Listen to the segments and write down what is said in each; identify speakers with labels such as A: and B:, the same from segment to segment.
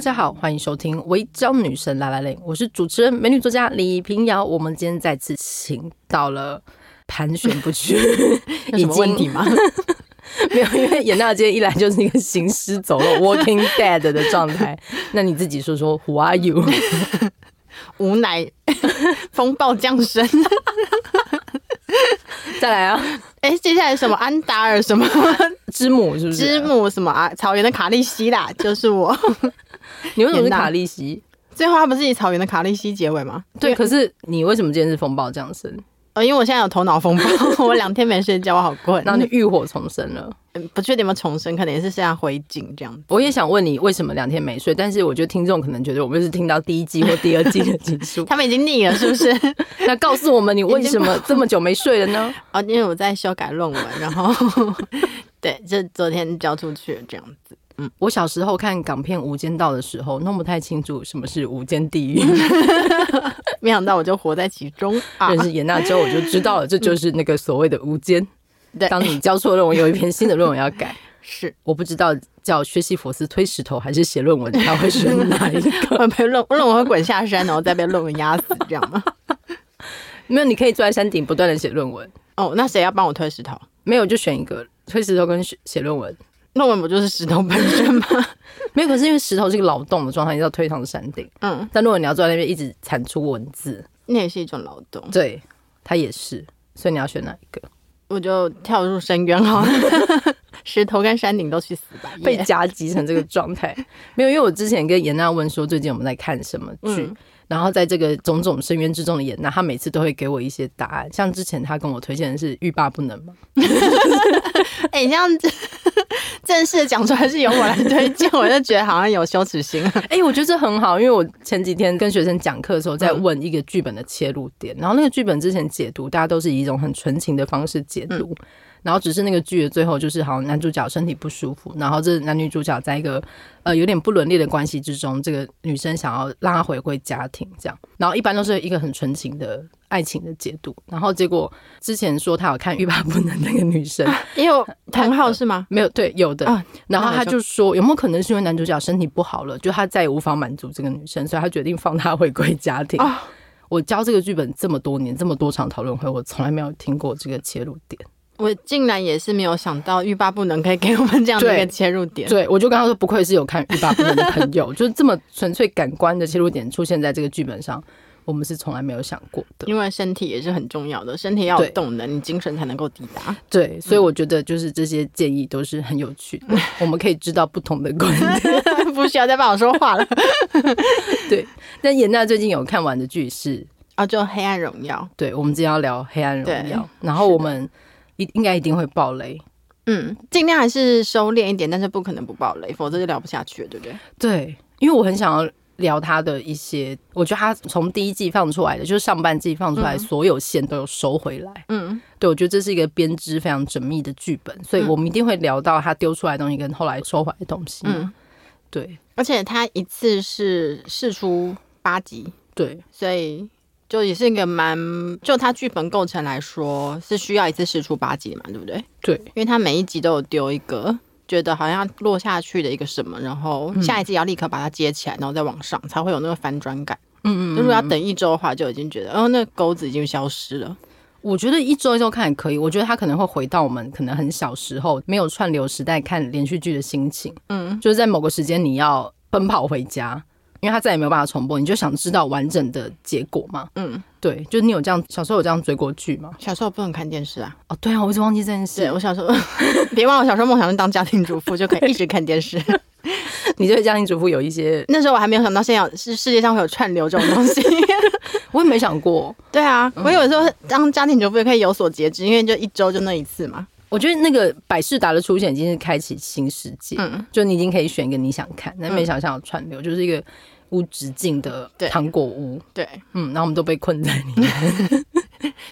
A: 家好，欢迎收听《微娇女神拉拉链》，我是主持人美女作家李平遥。我们今天再次请到了盘旋不去，
B: 有什么问题吗？
A: 没有，因为严大今天一来就是一个行尸走肉 （Walking Dead） 的状态。那你自己说说，Who are you？
B: 无奈风暴降 生。
A: 再来啊，
B: 哎、接下来什么安达尔什 么
A: 之母是不是？
B: 之，母什么啊，草原的卡利希啦，就是 我。
A: 你为什么是
B: 严大
A: 卡利西？
B: 最后他不是以草原的卡利希结尾吗？
A: 对，可是你为什么今天是风暴降生？
B: 呃，因为我现在有头脑风 暴，我两天没睡觉，我好困。
A: 然后你浴火重生了。
B: 嗯不确定有没有重生，可能也是现在回景这样子。
A: 我也想问你为什么两天没睡，但是我觉得听众可能觉得我们是听到第一季或第二季的集数。
B: 他们已经腻了，是 不是？
A: 那告诉我们你为什么这么久没睡了呢？
B: 哦，因为我在修改论文，然后 对，就昨天交出去了这样子。
A: 我小时候看港片《无间道》的时候，弄不太清楚什么是无间地狱。
B: 没想到我就活在其中啊！
A: 认识严娜之后，我就知道了，这就是那个所谓的无间。
B: 对
A: 当你交错论文，有一篇新的论文要 改，
B: 是
A: 我不知道叫薛西佛斯推石头还是写论文，他会选哪一个？
B: 会被论论文会滚下山，然后再被论文压死，这样吗？
A: 没有，你可以坐在山顶不断的写论文，
B: 哦，那谁要帮我推石头？
A: 没有就选一个推石头跟写写论文。
B: 论文不就是石头本身 吗？
A: 没有，可是因为石头是一个劳动的状态，你要推上山顶，
B: 嗯，
A: 但如果你要坐在那边一直产出文字，
B: 那也是一种劳动。
A: 对，它也是，所以你要选哪一个？
B: 我就跳入深 渊好了，石头跟山顶都去死吧！
A: 被
B: 耶
A: 夹击成这个状态，没有，因为我之前跟严娜问说最近我们在看什么剧，
B: 嗯
A: 然后在这个种种深渊之中的严娜，她每次都会给我一些答案，像之前她跟我推荐的是欲罢不能嘛，
B: 哎、你这 样子正式的讲出来是由我来推荐，我就觉得好像有羞 耻心。
A: 哎、我觉得这很好，因为我前几天跟学生讲课的时候，在问一个剧本的切入点，然后那个剧本之前解读，大家都是以一种很纯情的方式解读，然后只是那个剧的最后就是，好像男主角身体不舒服，然后这男女主角在一个呃有点不伦恋的关系之中，这个女生想要让他回归家庭，这样，然后一般都是一个很纯情的爱情的解读，然后结果之前说他有看欲罢不能那个女生，
B: 也有同号是吗？
A: 没有，对，有的。
B: 啊
A: 然后
B: 那
A: 他
B: 就
A: 就说，有没有可能是因为男主角身体不好了，就他再也无法满足这个女生，所以他决定放她回归家庭。
B: 啊
A: 我教这个剧本这么多年，这么多场讨论会，我从来没有听过这个切入点。
B: 我竟然也是没有想到欲罢不能可以给我们这样的一个
A: 对
B: 切入点。
A: 对，我就跟他说，不愧是有看欲罢不能的朋友， 就是这么纯粹感官的切入点出现在这个剧本上，我们是从来没有想过的。
B: 因为身体也是很重要的，身体要有
A: 对
B: 动能，你精神才能够抵达。
A: 对，所以我觉得就是这些建议都是很有趣 的，我们可以知道不同的观点。
B: 不需要再帮我说话 了。
A: 对，但严娜最近有看完的剧是
B: 哦，就《黑暗荣耀》。
A: 对，我们今天要聊《黑暗荣耀
B: 对》，
A: 然后我们一应该一定会爆雷。
B: 嗯，尽量还是收敛一点，但是不可能不爆雷，否则就聊不下去了，对不对？
A: 对，因为我很想要聊他的一些，我觉得他从第一季放出来的，就是上半季放出来，所有线都有收回来。
B: 嗯，
A: 对，我觉得这是一个编织非常缜密的剧本，所以我们一定会聊到他丢出来的东西跟后来收回来的东西。嗯
B: 嗯，
A: 对
B: 而且它一次是试出八集，
A: 对
B: 所以就也是一个蛮就它剧本构成来说是需要一次试出八集嘛，对不对？
A: 对，
B: 因为它每一集都有丢一个觉得好像落下去的一个什么，然后
A: 嗯
B: 下一季要立刻把它接起来，然后再往上，才会有那个反转感。
A: 嗯嗯嗯
B: 就如果要等一周的话，就已经觉得哦，那钩子已经消失了。
A: 我觉得一周一周看也可以，我觉得他可能会回到我们可能很小时候没有串流时代看连续剧的心情。
B: 嗯，
A: 就是在某个时间你要奔跑回家，因为他再也没有办法重播，你就想知道完整的结果嘛。
B: 嗯，
A: 对，就你有这样小时候有这样追过剧吗？
B: 小时候不能看电视啊。
A: 哦，对啊，我一直忘记这件 事。
B: 对我小时候， 别忘了我小时候梦想是当家庭主妇，就 可以一直看电视。
A: 你对家庭主妇有一些，
B: 那时候我还没有想到，现在有是世界上会有串流这种东 西。
A: 我也没想过。
B: 对啊，我有时候当家庭主妇也可以有所节制，因为就一周就那一次嘛。
A: 我觉得那个百事达的出现已经是开启新世界，
B: 嗯
A: 就你已经可以选一个你想看，但没想象有串流，就是一个无止境的
B: 对
A: 糖果屋。
B: 对
A: 嗯，然后我们都被困在里 面。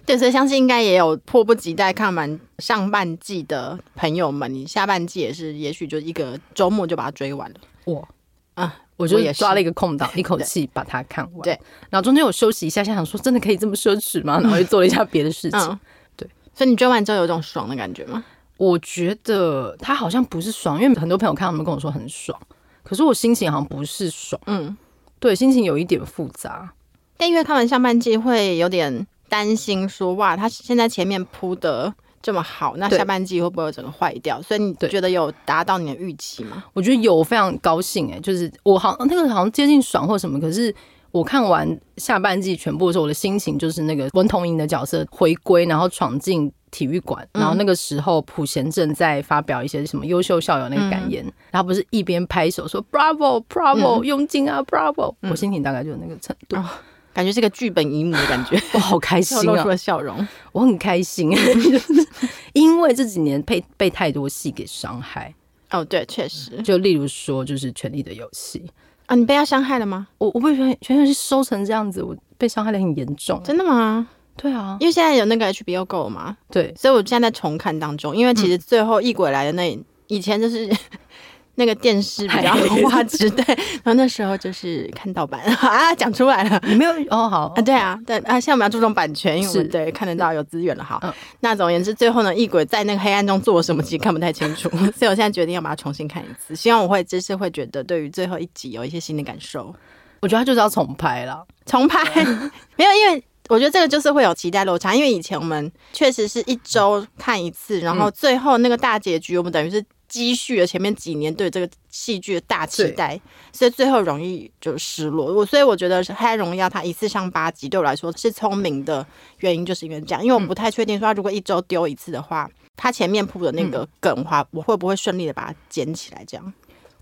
B: 对，所以相信应该也有迫不及待看完上半季的朋友们，你下半季也是，也许就一个周末就把它追完了。
A: 我
B: 啊，
A: 我就
B: 我也是
A: 抓了一个 空档，一口气把它看完。
B: 对，
A: 然后中间我休息一下，下想说真的可以这么奢侈吗？然后又做了一下别的事情。
B: 嗯，
A: 对。
B: 所以你追完之后有一种爽的感觉吗？
A: 我觉得它好像不是爽，因为很多朋友看他们跟我说很爽，可是我心情好像不是爽，
B: 嗯，
A: 对，心情有一点复杂。
B: 但因为看完上半季会有点担心说哇，他现在前面铺的这么好，那
A: 对
B: 下半季会不会整个坏掉？所以你
A: 对
B: 觉得有达到你的预期吗？
A: 我觉得有非常高兴哎、就是我好那个好像接近爽或什么，可是我看完下半季全部的时候，我的心情就是那个文童莹的角色回归，然后闯进体育馆，
B: 嗯
A: 然后那个时候普贤正在发表一些什么优秀校友那个感言，然后不是一边拍手说 Bravo Bravo 佣金啊 Bravo，、我心情大概就是那个程度，
B: 哦感觉是个剧本姨母的 感觉，
A: 我嗯好开心
B: 又露
A: 啊
B: 出，了笑容。
A: 我很开心， 就是因为这几年被被太多戏给伤害，
B: 哦，对，确实
A: 就例如说就是《权力的游戏》。
B: 啊，你被他伤害了吗？
A: 我我被全全游戏收成这样子，我被伤害的很严重。
B: 真的吗？
A: 对啊，
B: 因为现在有那个 HBO Go 嘛，
A: 对
B: 所以我现在在重看当中，因为其实最后异鬼来的那、以前就是 那个电视比较画质，对，然后那时候就是看盗版 啊，讲出来了。
A: 你没有哦，好
B: 啊，，对啊，对啊，现在我们要注重版权，因为我们
A: 是
B: 对看得到有资源了哈。
A: 嗯
B: 那总而言之，最后呢，异鬼在那个黑暗中做了什么，其实看不太清 楚，所以我现在决定要把它重新看一次。希望我会这次会觉得对于最后一集有一些新的感受。
A: 我觉得他就是要重拍啦。
B: 重拍 没有，因为我觉得这个就是会有期待落差，因为以前我们确实是一周看一次，然后最后那个大结局，我们等于是积蓄了前面几年对这个戏剧的大期待，所以最后容易就失落。我所以我觉得《黑暗荣耀》它一次上八集对我来说是聪明的原因，就是因为这样，因为我不太确定说它如果一周丢一次的话。它前面铺的那个梗的话，我会不会顺利的把它捡起来？这样，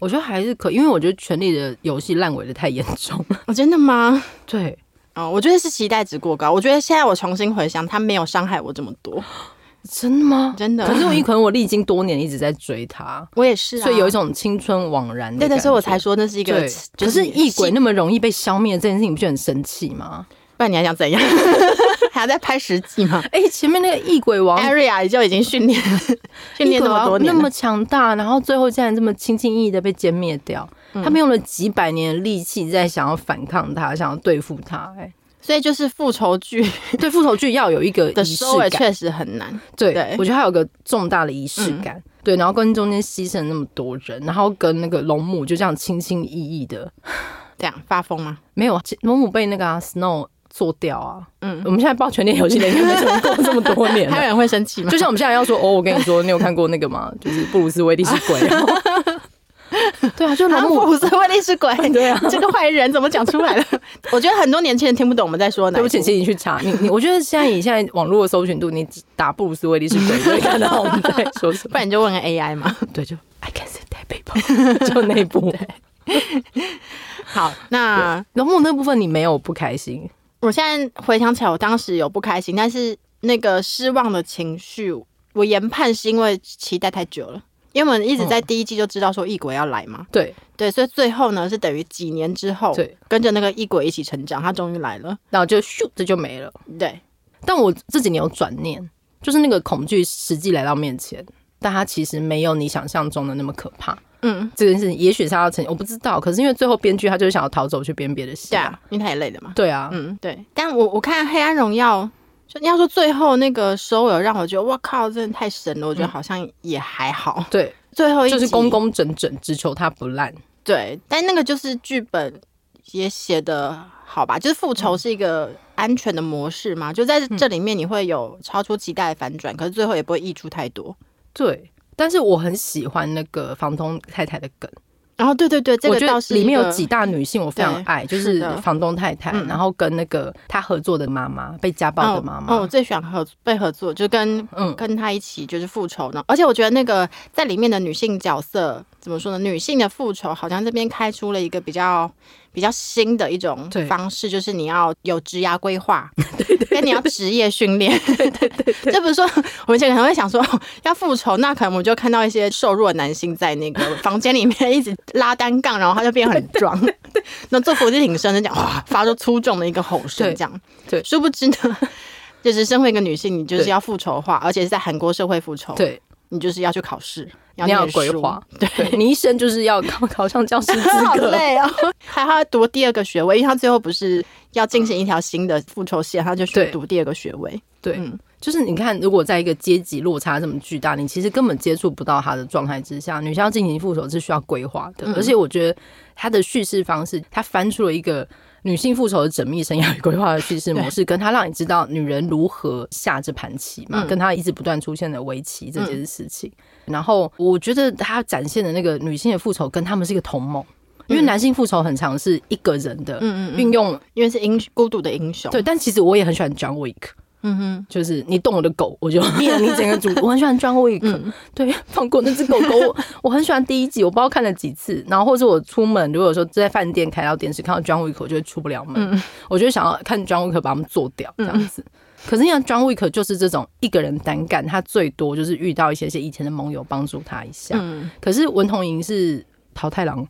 A: 我觉得还是可以，因为我觉得《权力的游戏》烂尾的太严重 了。
B: 哦，真的吗？
A: 对，
B: 哦，我觉得是期待值过高。我觉得现在我重新回想，他没有伤害我这么多，
A: 真的吗？
B: 真的。
A: 可是我可能我历经多年一直在追他，
B: 我也是、啊，
A: 所以有一种青春惘然的
B: 对
A: 感
B: 的，
A: 觉。
B: 所以我才说那是一个
A: 对，，可是异鬼
B: 那，
A: 那么容易被消灭这件事情，你不觉得很生气吗？
B: 不然你还想怎样？ 还要再拍十季吗
A: 哎、前面那个异鬼王
B: ？Area 就已经 训练训练那么多年
A: 那
B: 了，
A: 么强大，然后最后竟然这么轻轻易易的被歼灭掉。他们用了几百年的力气在想要反抗他，想要对付他、哎，
B: 所以就是复仇剧
A: 对复仇剧要有一个
B: 的
A: 仪式
B: 收尾
A: 感，
B: 确实很难。
A: 对
B: 对
A: 我觉得还有个重大的仪式感。对，然后跟中间牺牲那么多人，然后跟那个龙母就这样轻轻易易的，
B: 这样发疯吗？
A: 没有龙母被那个、啊、Snow 做掉啊。
B: 嗯
A: 嗯，我们现在报全年游戏的应该没想过这么多年了
B: 还 有，人会生气吗？
A: 就像我们现在要说，哦，我跟你说，你有看过那个吗？就是布鲁斯威利是鬼。 然后对啊，就
B: 啊
A: 龙
B: 布
A: 母
B: 鲁斯威利是 鬼，对啊，这个坏人怎么讲出来了？ 我觉得很多年轻人听不懂我们在说哪一
A: 对不
B: 部。
A: 起，请你去查。你你，我觉得现在以现在网络的搜寻度，你打布鲁斯威利是鬼，就会看到我们在说什
B: 不
A: 么。
B: 然你就问个 AI 嘛。
A: 对，就 I can see dead people，就 那一部。
B: 好，那
A: 龙母那部分你没有不开心，
B: 我现在回想起来，我当时有不开心，但是那个失望的情绪，我研判是因为期待太久了，因为我们一直在嗯第一季就知道说异国要来嘛，
A: 对
B: 对，所以最后呢是等于几年之后，
A: 对，
B: 跟着那个异国一起成长，他终于来了，
A: 然后就咻，这就没了。
B: 对，
A: 但我这几年有转念，就是那个恐惧实际来到面前，但它其实没有你想象中的那么可怕。
B: 嗯，
A: 这件事情也许是他要成，我不知道。可是因为最后编剧他就是想要逃走去编别的戏
B: 对。啊，因为他也累了嘛，
A: 对啊，
B: 嗯，对，但我我看《黑暗荣耀》。就你要说最后那个收尾，让我觉得哇靠，真的太神了！我觉得好像也还好。
A: 对，
B: 最后一
A: 就是
B: 集
A: 工工整整，只求他不烂。
B: 对，但那个就是剧本也写的好吧，就是
A: 嗯
B: 复仇是一个安全的模式嘛，就在这里面你会有超出期待的反转，可是最后也不会溢出太多。
A: 对，但是我很喜欢那个房东太太的梗，
B: 然哦后对对对，这
A: 我
B: 个
A: 觉
B: 倒
A: 得
B: 是
A: 里面有
B: 一个
A: 几大女性我非常
B: 对
A: 爱，就是是
B: 的
A: 房东太太，
B: 嗯
A: 然后跟那个她合作的妈妈被家暴的妈
B: 嗯，嗯我
A: 妈，
B: 最喜欢合被合作，就跟
A: 嗯，
B: 跟他一起就是复仇呢。而且我觉得那个在里面的女性角色怎么说呢？女性的复仇好像这边开出了一个比较比较新的一种
A: 对
B: 方式，就是你要有职涯规划， 对对跟你要职业训练。 对对对这不是说我们以前可能会想说哦要复仇，那可能我们就看到一些瘦弱的男性在那个房间里面一直拉单杠，然后他就变很 壮。那做伏地挺身就讲哇，发出粗重的一个吼声，
A: 对
B: 这样。
A: 对
B: 殊不知呢，就是身为一个女性，你就是
A: 对
B: 要复仇化，而且是在韩国社会复仇，
A: 对，
B: 你就是要去考试，要
A: 你要有
B: 念
A: 规
B: 书
A: 划，对你一生就是要考考上教师资
B: 好
A: 格。
B: 累哦，还要读第二个学位，因为他最后不是要进行一条新的复仇线，他就去
A: 对
B: 读第二个学位。
A: 对
B: 嗯，
A: 就是你看，如果在一个阶级落差这么巨大，你其实根本接触不到他的状态之下，女性要进行复仇是需要规划
B: 嗯
A: 的。而且我觉得他的叙事方式，他翻出了一个女性复仇的缜密生涯与规划的叙事模式，跟他让你知道女人如何下这盘棋嘛，
B: 嗯
A: 跟他一直不断出现的围棋这件事情。然后我觉得他展现的那个女性的复仇，跟他们是一个同盟。因为男性复仇很常是一个人的
B: 嗯嗯嗯嗯
A: 运用，
B: 因为是英孤独的英雄。
A: 对，，但其实我也很喜欢 John Wick，
B: 嗯哼，
A: 就是你动我的狗，我就灭了你整个 主。我很喜欢 John Wick，、对，放过那只狗狗，我我很喜欢第一集，我不知道看了几次。然后或者我出门，如果说在饭店开到电视看到 John Wick，我就会出不了门，我就会想要看 John Wick 把他们做掉这样子。可是因为 John Wick 就是这种一个人单干，他最多就是遇到一些些以前的盟友帮助他一下。
B: 嗯，
A: 可是文童莹是桃太郎，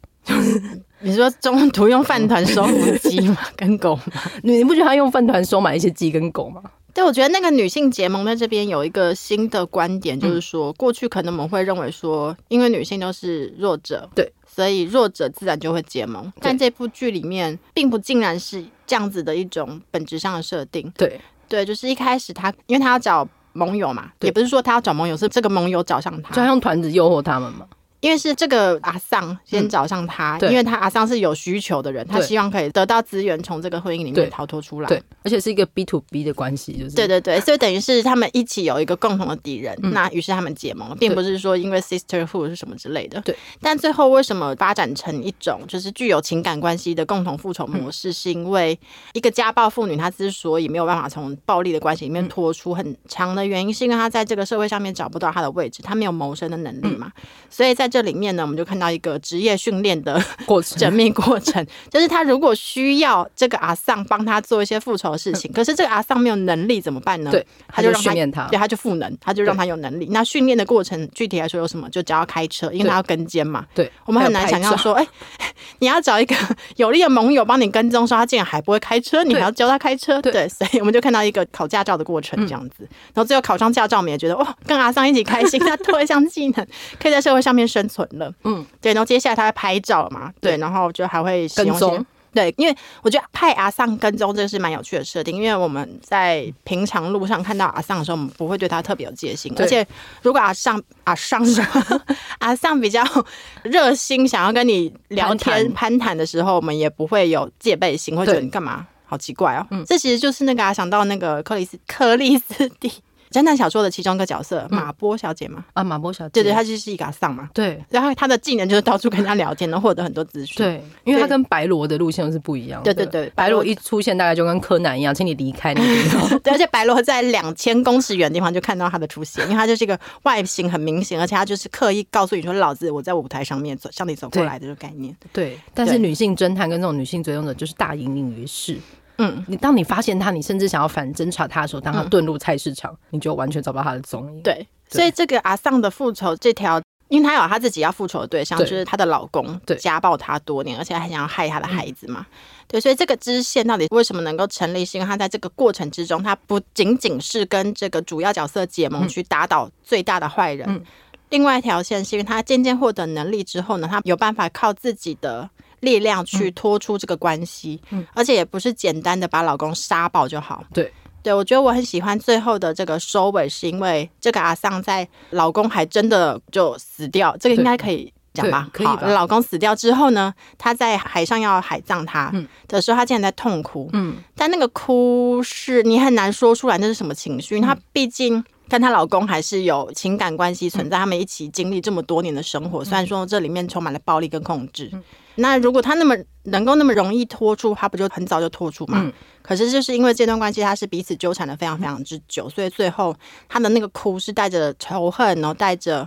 B: 你说中 途用饭 团收腹鸡吗？跟狗吗？
A: 你你不觉得他用饭团收买一些鸡跟狗吗？
B: 对，我觉得那个女性结盟在这边有一个新的观点，
A: 嗯
B: 就是说，过去可能我们会认为说，因为女性都是弱者，
A: 对，
B: 所以弱者自然就会结盟。但这部剧里面，并不尽然是这样子的一种本质上的设定。
A: 对，
B: 对，就是一开始她，因为她要找盟友嘛，
A: 对啊
B: 也不是说她要找盟友，是这个盟友找上她，
A: 就他用团子诱惑他们嘛。
B: 因为是这个阿桑先找上
A: 嗯
B: 他，
A: 对
B: 因为他阿桑是有需求的人，他
A: 对
B: 希望可以得到资源，从这个婚姻里
A: 对
B: 面逃脱出来。
A: 对，而且是一个 B to B 的关系，就是嗯
B: 对对对所以等于是他们一起有一个共同的敌人，那于是他们结盟了，并不是说因为 sisterhood 是什么之类的。
A: 对，
B: 但最后为什么发展成一种就是具有情感关系的共同复仇
A: 嗯
B: 模式，是因为一个家暴妇女她之所以没有办法从暴力的关
A: 嗯
B: 系里面脱出很长的原因，是因为她在这个社会上面找不到她的位置，她没有谋生的能力
A: 嗯
B: 嘛。所以在这里面呢，我们就看到一个职业训练的
A: 过程。
B: 缜密过 程，就是他如果需要这个阿桑帮他做一些复仇的事 情，可是这个阿桑没有能力怎么办呢？
A: 对，他
B: 他就
A: 就
B: 让他
A: 训练他
B: 对，。他就赋能，他就让他有能力。那训练的过程具体来说有什么？就只要开车，因为
A: 对
B: 他要跟监嘛。
A: 对，
B: 我们很
A: 还
B: 难
A: 有
B: 想
A: 拍照
B: 象说，哎、你要找一个 有力的盟友帮你跟踪，说他竟然还不会开车，你还
A: 对
B: 要教他开车，
A: 对嗯
B: 对，所以我们就看到一个考驾照的过程这样子。然后最后考上驾照，我们也觉得哇，跟阿桑一起开心，他多了一项技能，可以在社会上面生存了。嗯
A: 嗯，
B: 对。然后接下来他会拍照嘛，对，
A: 对
B: 然后就还会使
A: 跟
B: 用一些
A: 踪。
B: 对，因为我觉得派阿桑跟踪这个是蛮有趣的设定，因为我们在平常路上看到阿桑的时候，我们不会对他特别有戒心，
A: 对
B: 而且如果阿桑阿桑 阿桑比较热心，想要跟你聊天攀谈的时候，我们也不会有戒备心，或者
A: 对
B: 你干嘛？好奇怪哦，这其实就是那个啊，想到那个克里斯克里斯蒂侦探小说的其中一个角色马波小姐嘛，
A: 啊，马波小姐，
B: 嗯对对，她就是一个阿桑嘛，
A: 对
B: 然后她的技能就是到处跟人家聊天，能获得很多资讯。
A: 对，因为他跟白罗的路线是不一样的。
B: 对对对
A: 白罗一出现，大概就跟柯南一样，请你离开那个地方。
B: 对，而且白罗在两千公尺远的地方就看到他的出现，因为他就是一个外形很明显，而且他就是刻意告诉你说：“老子我在舞台上面走向你走过来的这个概念。
A: 对，但是女性侦探跟这种女性追踪者就是大隐隐于市。”
B: 嗯，
A: 你当你发现他，你甚至想要反侦查他的时候，当他遁入菜市场，你就完全找不到他的踪影。
B: 对。所以这个阿桑的复仇这条，因为她有她自己要复仇的对象，就
A: 对
B: 是她的老公
A: 对嗯
B: 家暴她多年，而且还想要害她的孩子嘛。对，所以这个支线到底为什么能够成立？是因为她在这个过程之中，她不仅仅是跟这个主要角色结盟，去打倒最大的坏人，
A: 嗯
B: 另外一条线是因为他渐渐获得能力之后呢，他有办法靠自己的力量去拖出这个关系，
A: 嗯
B: 而且也不是简单的把老公杀爆就好。
A: 对，
B: 对我觉得我很喜欢最后的这个收尾，是因为这个阿桑在老公还真的就死掉，这个应该可以。讲吧，
A: 对可以
B: 好
A: 吧
B: 老公死掉之后呢，她在海上要海葬他
A: 嗯
B: 的时候，她竟然在痛哭。
A: 嗯，
B: 但那个哭是你很难说出来那是什么情绪，因为她毕竟跟她老公还是有情感关系存在，他们一起经历这么多年的生活，虽然说这里面充满了暴力跟控制。那如果她那么能够那么容易脱出，她不就很早就脱出嘛？
A: 嗯
B: 可是就是因为这段关系，她是彼此纠缠了非常非常之久，所以最后她的那个哭是带着仇恨，然后带着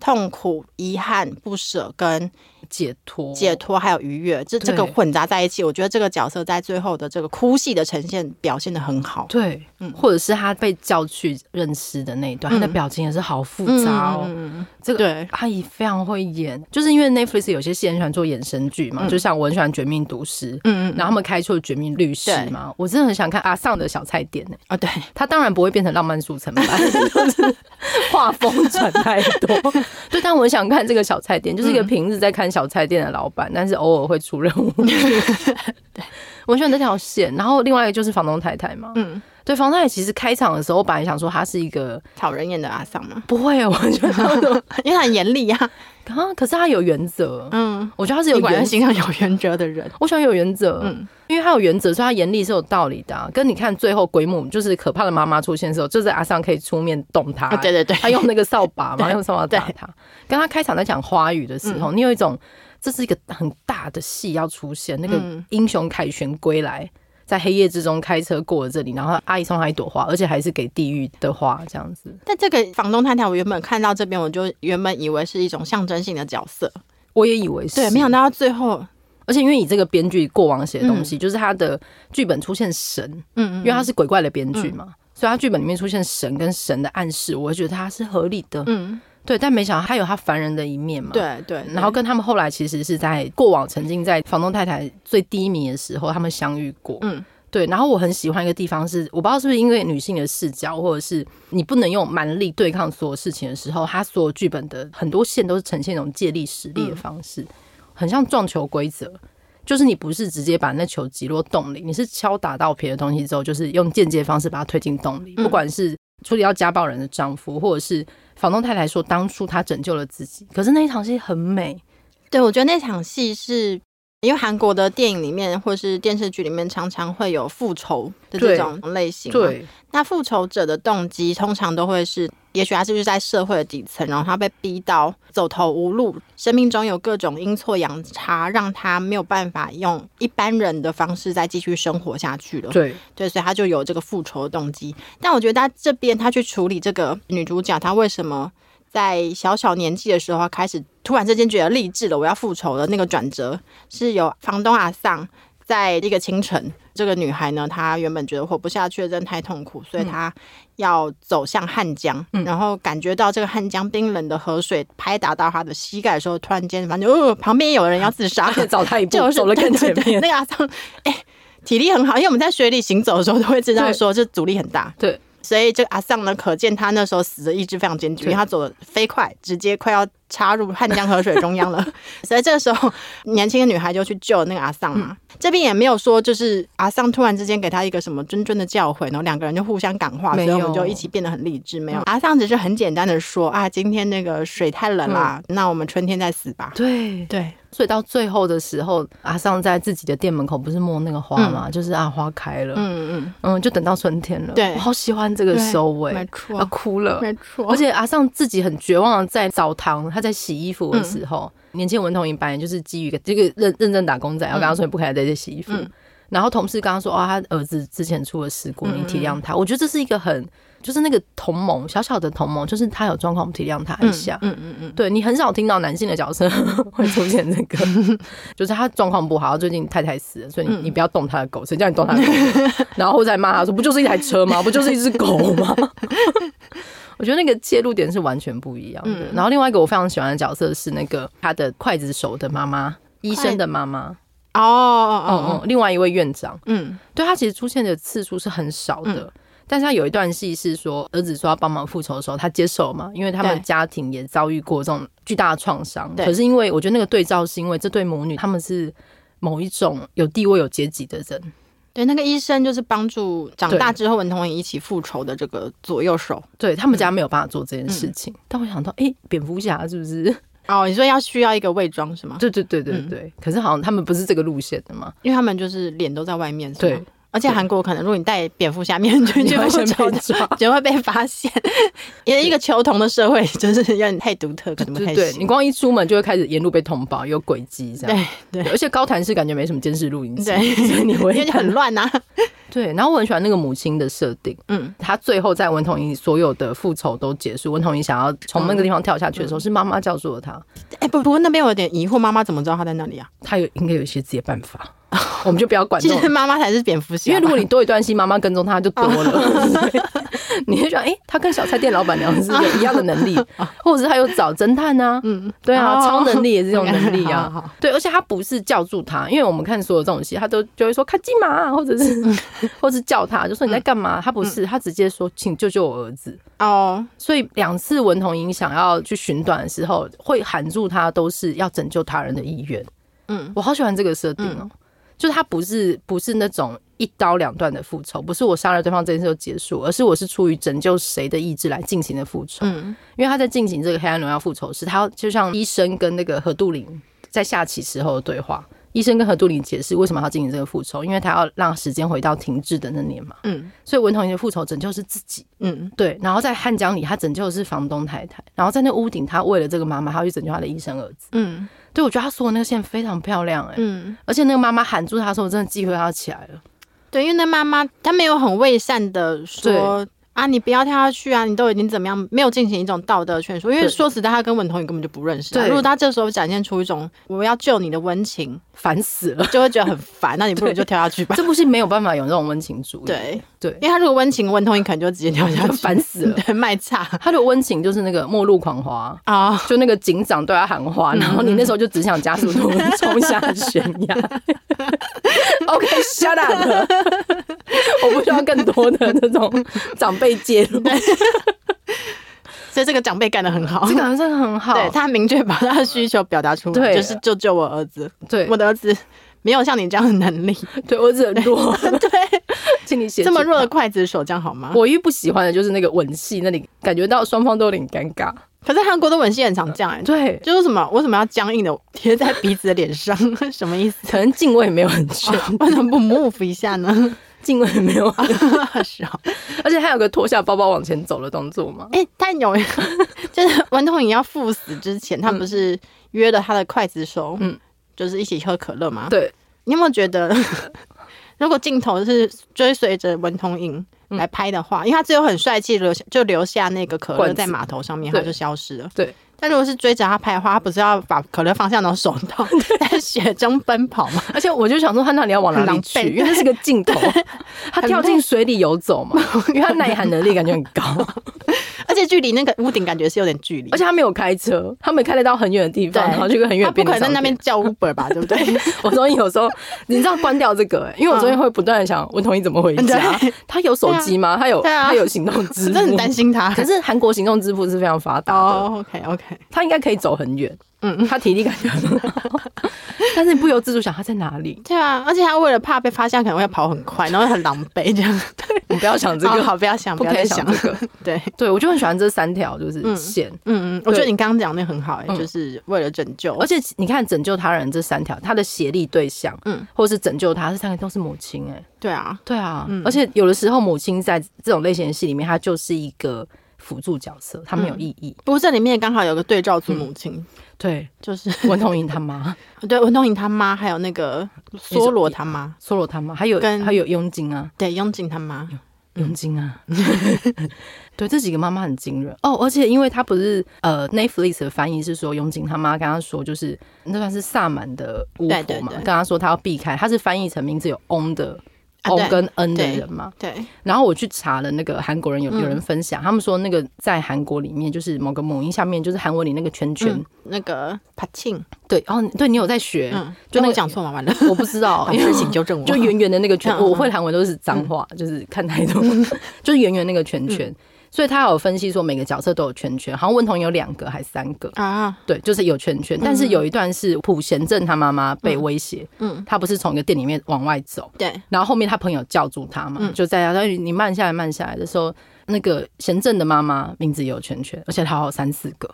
B: 痛苦、遗憾、不舍跟
A: 解脱，
B: 解脱还有愉悦，这
A: 对
B: 这个混杂在一起，我觉得这个角色在最后的这个哭戏的呈现表现的很好。
A: 对，
B: 嗯
A: 或者是他被叫去认尸的那一段，他的表情也是好复杂哦。
B: 嗯，
A: 这个
B: 对
A: 阿姨非常会演，就是因为 Netflix 有些戏很喜欢做衍生剧嘛，就像我很喜欢《绝命毒师》，
B: 嗯嗯，
A: 然后他们开出了《绝命律师
B: 对》
A: 嘛，我真的很想看阿尚的小菜点呢、
B: 啊对，
A: 他当然不会变成浪漫速 成版，就是画风转太多。 对，但我很想看这个小菜店，就是一
B: 嗯
A: 个平日在看小菜店的老板，但是偶尔会 出任务。对，我喜欢这条线。然后另外一个就是房东太太嘛，
B: 嗯，
A: 对，房太其实开场的时候，我本来想说他是一个
B: 讨人厌的阿桑嘛，
A: 不会，我觉得他 有
B: 因为他很严厉 啊。
A: 啊，可是他有原则，
B: 嗯，
A: 我觉得他是有
B: 你果然
A: 原
B: 是欣赏有原则的人。
A: 我喜欢有原则，
B: 嗯
A: 因为他有原则，所以他严厉是有道理的啊、跟你看最后鬼母就是可怕的妈妈出现的时候，就是阿桑可以出面动他，
B: 啊，对 对对，
A: 他用那个扫把嘛，
B: 对嗯
A: 用扫把打他。跟他开场在讲花语的时候，你有一种这是一个很大的戏要出现，那个
B: 嗯
A: 英雄凯旋归来。在黑夜之中开车过了这里，然后阿姨送他一朵花，而且还是给地狱的花，这样子。
B: 但这个房东太太，我原本看到这边，我就原本以为是一种象征性的角色，
A: 我也以为是，
B: 对，没想到他最后，
A: 而且因为你这个编剧过往写的东西，就是他的剧本出现神，
B: 嗯
A: 因为他是鬼怪的编剧嘛，所以他剧本里面出现神跟神的暗示，我会觉得他是合理的。
B: 嗯，
A: 对，但没想到他有他凡人的一面嘛。。
B: 对对，对
A: 然后跟他们后来其实是在过往曾经在房东太太最低迷的时候，他们相遇过。
B: 嗯，
A: 对。然后我很喜欢一个地方是，我不知道是不是因为女性的视角，或者是你不能用蛮力对抗所有事情的时候，他所有剧本的很多线都是呈现一种借力使
B: 嗯
A: 力的方式，很像撞球规则。就是你不是直接把那球击落洞里，你是敲打到别的东西之后，就是用间接方式把它推进洞里。
B: 嗯
A: 不管是处理到家暴人的丈夫，或者是房东太太说当初她拯救了自己，可是那一场戏很美，
B: 对我觉得那场戏是。因为韩国的电影里面或是电视剧里面常常会有复仇的
A: 对
B: 这种类型，，
A: 对，
B: 那复仇者的动机通常都会是，也许他是不是在社会的底层，然后他被逼到走投无路，生命中有各种阴错阳差，让他没有办法用一般人的方式再继续生活下去 了。
A: 对，
B: 对，所以他就有这个复仇的动机。但我觉得他这边他去处理这个女主角，她为什么在小小年纪的时候她开始突然之间觉得励志了，我要复仇的那个转折，是由房东阿桑在一个清晨，这个女孩呢，她原本觉得活不下去了，真的太痛苦，所以她要走向汉江，然后感觉到这个汉江冰冷的河水拍打到她的膝盖的时候，突然间，反正哦，旁边有人要自杀，
A: 早他一步
B: 就，是
A: 走了更
B: 对
A: 前
B: 对对
A: 面，
B: 那个阿桑，哎、体力很好，因为我们在水里行走的时候都会知道
A: 对
B: 说，这阻力很大。
A: 对，
B: 所以这个阿桑呢，可见他那时候死的意志非常坚决，
A: 对
B: 因为他走的飞快，直接快要插入汉江河水中央了。 所以这个时候，年轻的女孩就去救那个阿桑
A: 嗯
B: 嘛。这边也没有说，就是阿桑突然之间给他一个什么谆谆的教诲，然后两个人就互相感化，所
A: 没
B: 以
A: 有嗯
B: 我们就一起变得很励志。没有，阿桑只是很简单的说啊，今天那个水太冷啦，那我们春天再死吧。
A: 嗯对，
B: 对，
A: 所以到最后的时候，阿尚在自己的店门口不是摸那个花吗？就是啊，花开了，嗯
B: 嗯嗯，
A: 就等到春天了。
B: 对
A: 我好喜欢这个收尾，
B: 没
A: 啊，
B: 错，
A: 哭了。
B: 没错，
A: 而且阿尚自己很绝望，在澡堂他在洗衣服的时候，
B: 嗯
A: 年轻文童一般就是基于一个这个认认真打工仔，然后跟他说你不可以再去洗衣服。
B: 嗯
A: 然后同事刚刚说，哦，他儿子之前出了事故，
B: 嗯
A: 你体谅他。我觉得这是一个很，就是那个同盟，小小的同盟，就是他有状况，我们体谅他一下。
B: 嗯嗯嗯，
A: 对你很少听到男性的角色 会出现这个，就是他状况不好，最近太太死了，所以你你不要动他的狗，谁叫你动他的狗？然后再骂他说，不就是一台车吗？不就是一只狗吗？ 我觉得那个切入点是完全不一样的。然后另外一个我非常喜欢的角色是那个他的刽子手的妈妈，医生的妈妈，
B: 哦哦
A: 嗯嗯
B: 哦，，
A: 另外一位院长，
B: 嗯
A: 对他其实出现的次数是很少的。但是他有一段戏是说，儿子说要帮忙复仇的时候，他接受嘛，因为他们
B: 对
A: 家庭也遭遇过这种巨大的创伤。
B: 对
A: 可是因为我觉得那个对照是因为这对母女他们是某一种有地位、有阶级的人，
B: 对，那个医生就是帮助长大之后文童也一起复仇的这个左右手。
A: 对他们
B: 嗯
A: 家没有办法做这件事情。但我想到，诶，蝙蝠侠是不是？
B: 哦，你说要需要一个伪装是吗？
A: 对对对对
B: 嗯
A: 对。可是好像他们不是这个路线的 嘛？
B: 因为他们就是脸都在外面，是吗
A: 对。
B: 而且韩国可能，如果你戴蝙蝠侠面 具
A: 你
B: 去
A: 会
B: 复
A: 先
B: 仇
A: 被
B: 的，
A: 抓。
B: 就会被发现。 因为一个球童的社会，就是有点太独特，可能不
A: 对
B: 太
A: 对，你
B: 行。
A: 光一出门就会开始沿路被通报，有轨迹这样。
B: 对对
A: 而且高潭市感觉没什么监视录影机，
B: 对
A: 所以你会
B: 因为就很乱啊呐。
A: 对，然后我很喜欢那个母亲的设定，
B: 嗯，
A: 她最后在文童莹所有的复仇都结束，文童莹想要从那个地方跳下去的时候，是妈妈叫住了她，
B: 哎，不不过那边我有点疑惑，妈妈怎么知道他在那 里啊？
A: 她有应该有一些自己的办法，我们就不要管这
B: 其实
A: 种。
B: 妈妈才是蝙蝠侠
A: 因
B: 吧，
A: 为如果你多一段戏，妈妈跟踪她就多
B: 哦
A: 了，对 你就想，哎、她跟小菜店老板娘是有一样的能力，或者是她有找侦探啊，
B: 哦嗯，
A: 对啊，
B: 哦
A: 超能力也是这种能 力啊
B: 好，好好
A: 对，而且他不是叫住他，因为我们看所有这种戏，他都就会说“卡基玛啊”或者 是或是叫他，就说
B: 嗯
A: 你在干嘛？他不是，他直接说“请救救我儿子
B: 哦，”。
A: 所以两次文童英想要去寻短的时候，会喊住他，都是要拯救他人的意愿。
B: 嗯，
A: 我好喜欢这个设定哦、就是它不是不是那种一刀两断的复仇，不是我杀了对方这件事就结束，而是我是出于拯救谁的意志来进行的复仇。
B: 嗯，
A: 因为他在进行这个黑暗荣耀复仇时，他就像医生跟那个何杜林在下棋时候的对话。医生跟何杜林解释为什么要进行这个复仇，因为他要让时间回到停滞的那年嘛。
B: 嗯
A: 所以文童莹的复仇拯救是自己，
B: 嗯
A: 对。然后在汉江里，他拯救的是房东太太。然后在那屋顶，他为了这个妈妈，他要去拯救他的医生儿子。
B: 嗯
A: 对，我觉得他说的那个线非常漂亮、欸，
B: 嗯，
A: 而且那个妈妈喊住他说：“我真的机会要起来 了。
B: 对，因为那妈妈她没有很伪善的说。啊！你不要跳下去啊！你都已经怎么样？没有进行一种道德劝说，因为
A: 对
B: 说实在，他跟文童宇根本就不认识啊、
A: 对
B: 如果他这时候展现出一种我要救你的温情，”
A: 烦死了，
B: 就会觉得很烦。那你不如就跳下去吧。
A: 这部戏没有办法有那种温情主义。
B: 对，
A: 对
B: 因，为他如果温情温通，你可能就直接跳下去，
A: 烦死 了
B: 对，卖差
A: 他的温情就是那个末路狂花。
B: 啊、
A: 就那个警长对他喊话，然后你那时候就只想加速度冲下悬崖。OK，shut、up，我 不需要更多的这种长辈介 入。
B: 所以这个长辈干得很好
A: 这。感觉真的很好，
B: 哦对他明确把他的需求表达出来，
A: 对
B: 就是救救我儿子，
A: 对
B: 我的儿子没有像你这样的能力，
A: 对我只能 弱，
B: 对，
A: 请你 写
B: 这么
A: 信
B: 弱的。刽子手，这样好吗？
A: 我一不喜欢的就是那个吻戏，那里感觉到双方都有点尴尬。
B: 可是韩国的吻戏很常这样、欸，
A: 对，
B: 就是什么为什么要僵硬的贴在鼻子的脸 上，什么意思？
A: 可能敬畏没有 很全，
B: 为什么不 move 一下呢？
A: 敬畏没有，
B: 是啊，
A: 而且还有个脱下包包往前走的动作嘛。
B: 哎、但 有一个就是文童莹要赴死之前，他不是约了他的刽子手，嗯
A: 嗯，
B: 就是一起喝可乐吗？
A: 对，
B: 你有没有觉得， 如果镜头是追随着文童莹
A: 嗯
B: 来拍的话，因为他最后很帅气留下就留下那个可
A: 罐
B: 乐
A: 子
B: 在码头上面，
A: 对
B: 他就消失了。
A: 对。
B: 但如果是追着他拍的话，他不是要把可乐放下，然后手 套在雪中奔跑吗？
A: 而且我就想说，他那里要往哪里去？
B: 很狼狈
A: 因为这是个镜头，他跳进水里游走 嘛，因为他耐寒能力感觉很高，
B: 而且距离那个屋顶感觉是有点距离，
A: 而且他没有开车，他没开得到很远的地方，
B: 对
A: 然后去一个很远
B: 他
A: 的
B: 不
A: 便利
B: 可能在
A: 商
B: 那边
A: 店。
B: 叫 Uber 吧，对不对？
A: 我中间有时候，你知道关掉这个、欸，因为我中间会不断的想，文童你怎么回家
B: 嗯对？
A: 他有手机吗？他有
B: 对啊
A: 他有行动支
B: 真
A: 付？
B: 的很担。心他。
A: 可是韩国行动支付是非常发达的，
B: 哦，OK，OK、o k OK，
A: 他应该可以走很远。
B: 嗯
A: 嗯，他体力感觉很好，但是你不由自主想他在哪里？
B: 对啊，而且他为了怕被发现，可能会跑很快，然后很狼狈这样。
A: 你不要想这
B: 好
A: 个，
B: 哦好，不要想，
A: 不
B: 要
A: 可
B: 再
A: 以
B: 想
A: 想。这个。
B: 对，
A: 对，我就很喜欢这三条，就是
B: 嗯
A: 线。
B: 嗯嗯，我觉得
A: 对
B: 你刚刚讲的很好、欸，
A: 嗯
B: 就是为了拯救，
A: 而且你看，拯救他人这三条，他的协力对象，
B: 嗯
A: 嗯，或是拯救他，这三个都是母亲、哎，
B: 对啊，
A: 对啊，
B: 嗯
A: 而且有的时候母亲在这种类型的戏里面，她就是一个辅助角色，她
B: 嗯
A: 没有意义。
B: 不过这里面刚好有个对照组母亲，
A: 嗯对，
B: 就是
A: 文童莹他妈、
B: 对文东颖他妈，还有那个梭罗他妈，
A: 梭罗他妈，还有
B: 跟嗯
A: 还有佣金啊，
B: 对雍景他妈，
A: 佣金啊， 对，这几个妈妈很惊人哦。而且因为她不是呃，Netflix 的翻译是说佣金他妈跟她说，就是那算是萨满的巫婆嘛，
B: 对对对
A: 跟她说她要避开，她是翻译成名字有 on 的。
B: 啊
A: o
B: 对
A: 跟 N 的
B: 对
A: 人嘛，
B: 对，
A: 然后我去查了那个韩国人
B: 嗯
A: 有有人分享，他们说那个在韩国里面就是某个母音下面就是韩文里那个圈圈，
B: 嗯那个帕庆，
A: 对，哦，对你有在学，
B: 嗯，
A: 就
B: 就
A: 那
B: 我
A: 个
B: 讲错 了，完了，
A: 我不知 道，因
B: 事
A: 为
B: 情纠正我，
A: 就圆圆的那个圈，
B: 嗯嗯嗯嗯
A: 我会韩文都是脏话，就是看太多， 就是圆圆那个圈圈。所以他有分析说每个角色都有圈圈，好像文童有两个还三个，
B: 啊，
A: 对，就是有圈圈。但是有一段是普贤正他妈妈被威胁，
B: 嗯，
A: 他不是从一个店里面往外走，
B: 对，
A: 然后后面他朋友叫住他嘛，
B: 嗯
A: 就在他说你慢下来，慢下来的时候，那个贤正的妈妈名字也有圈圈，而且她还有三四个。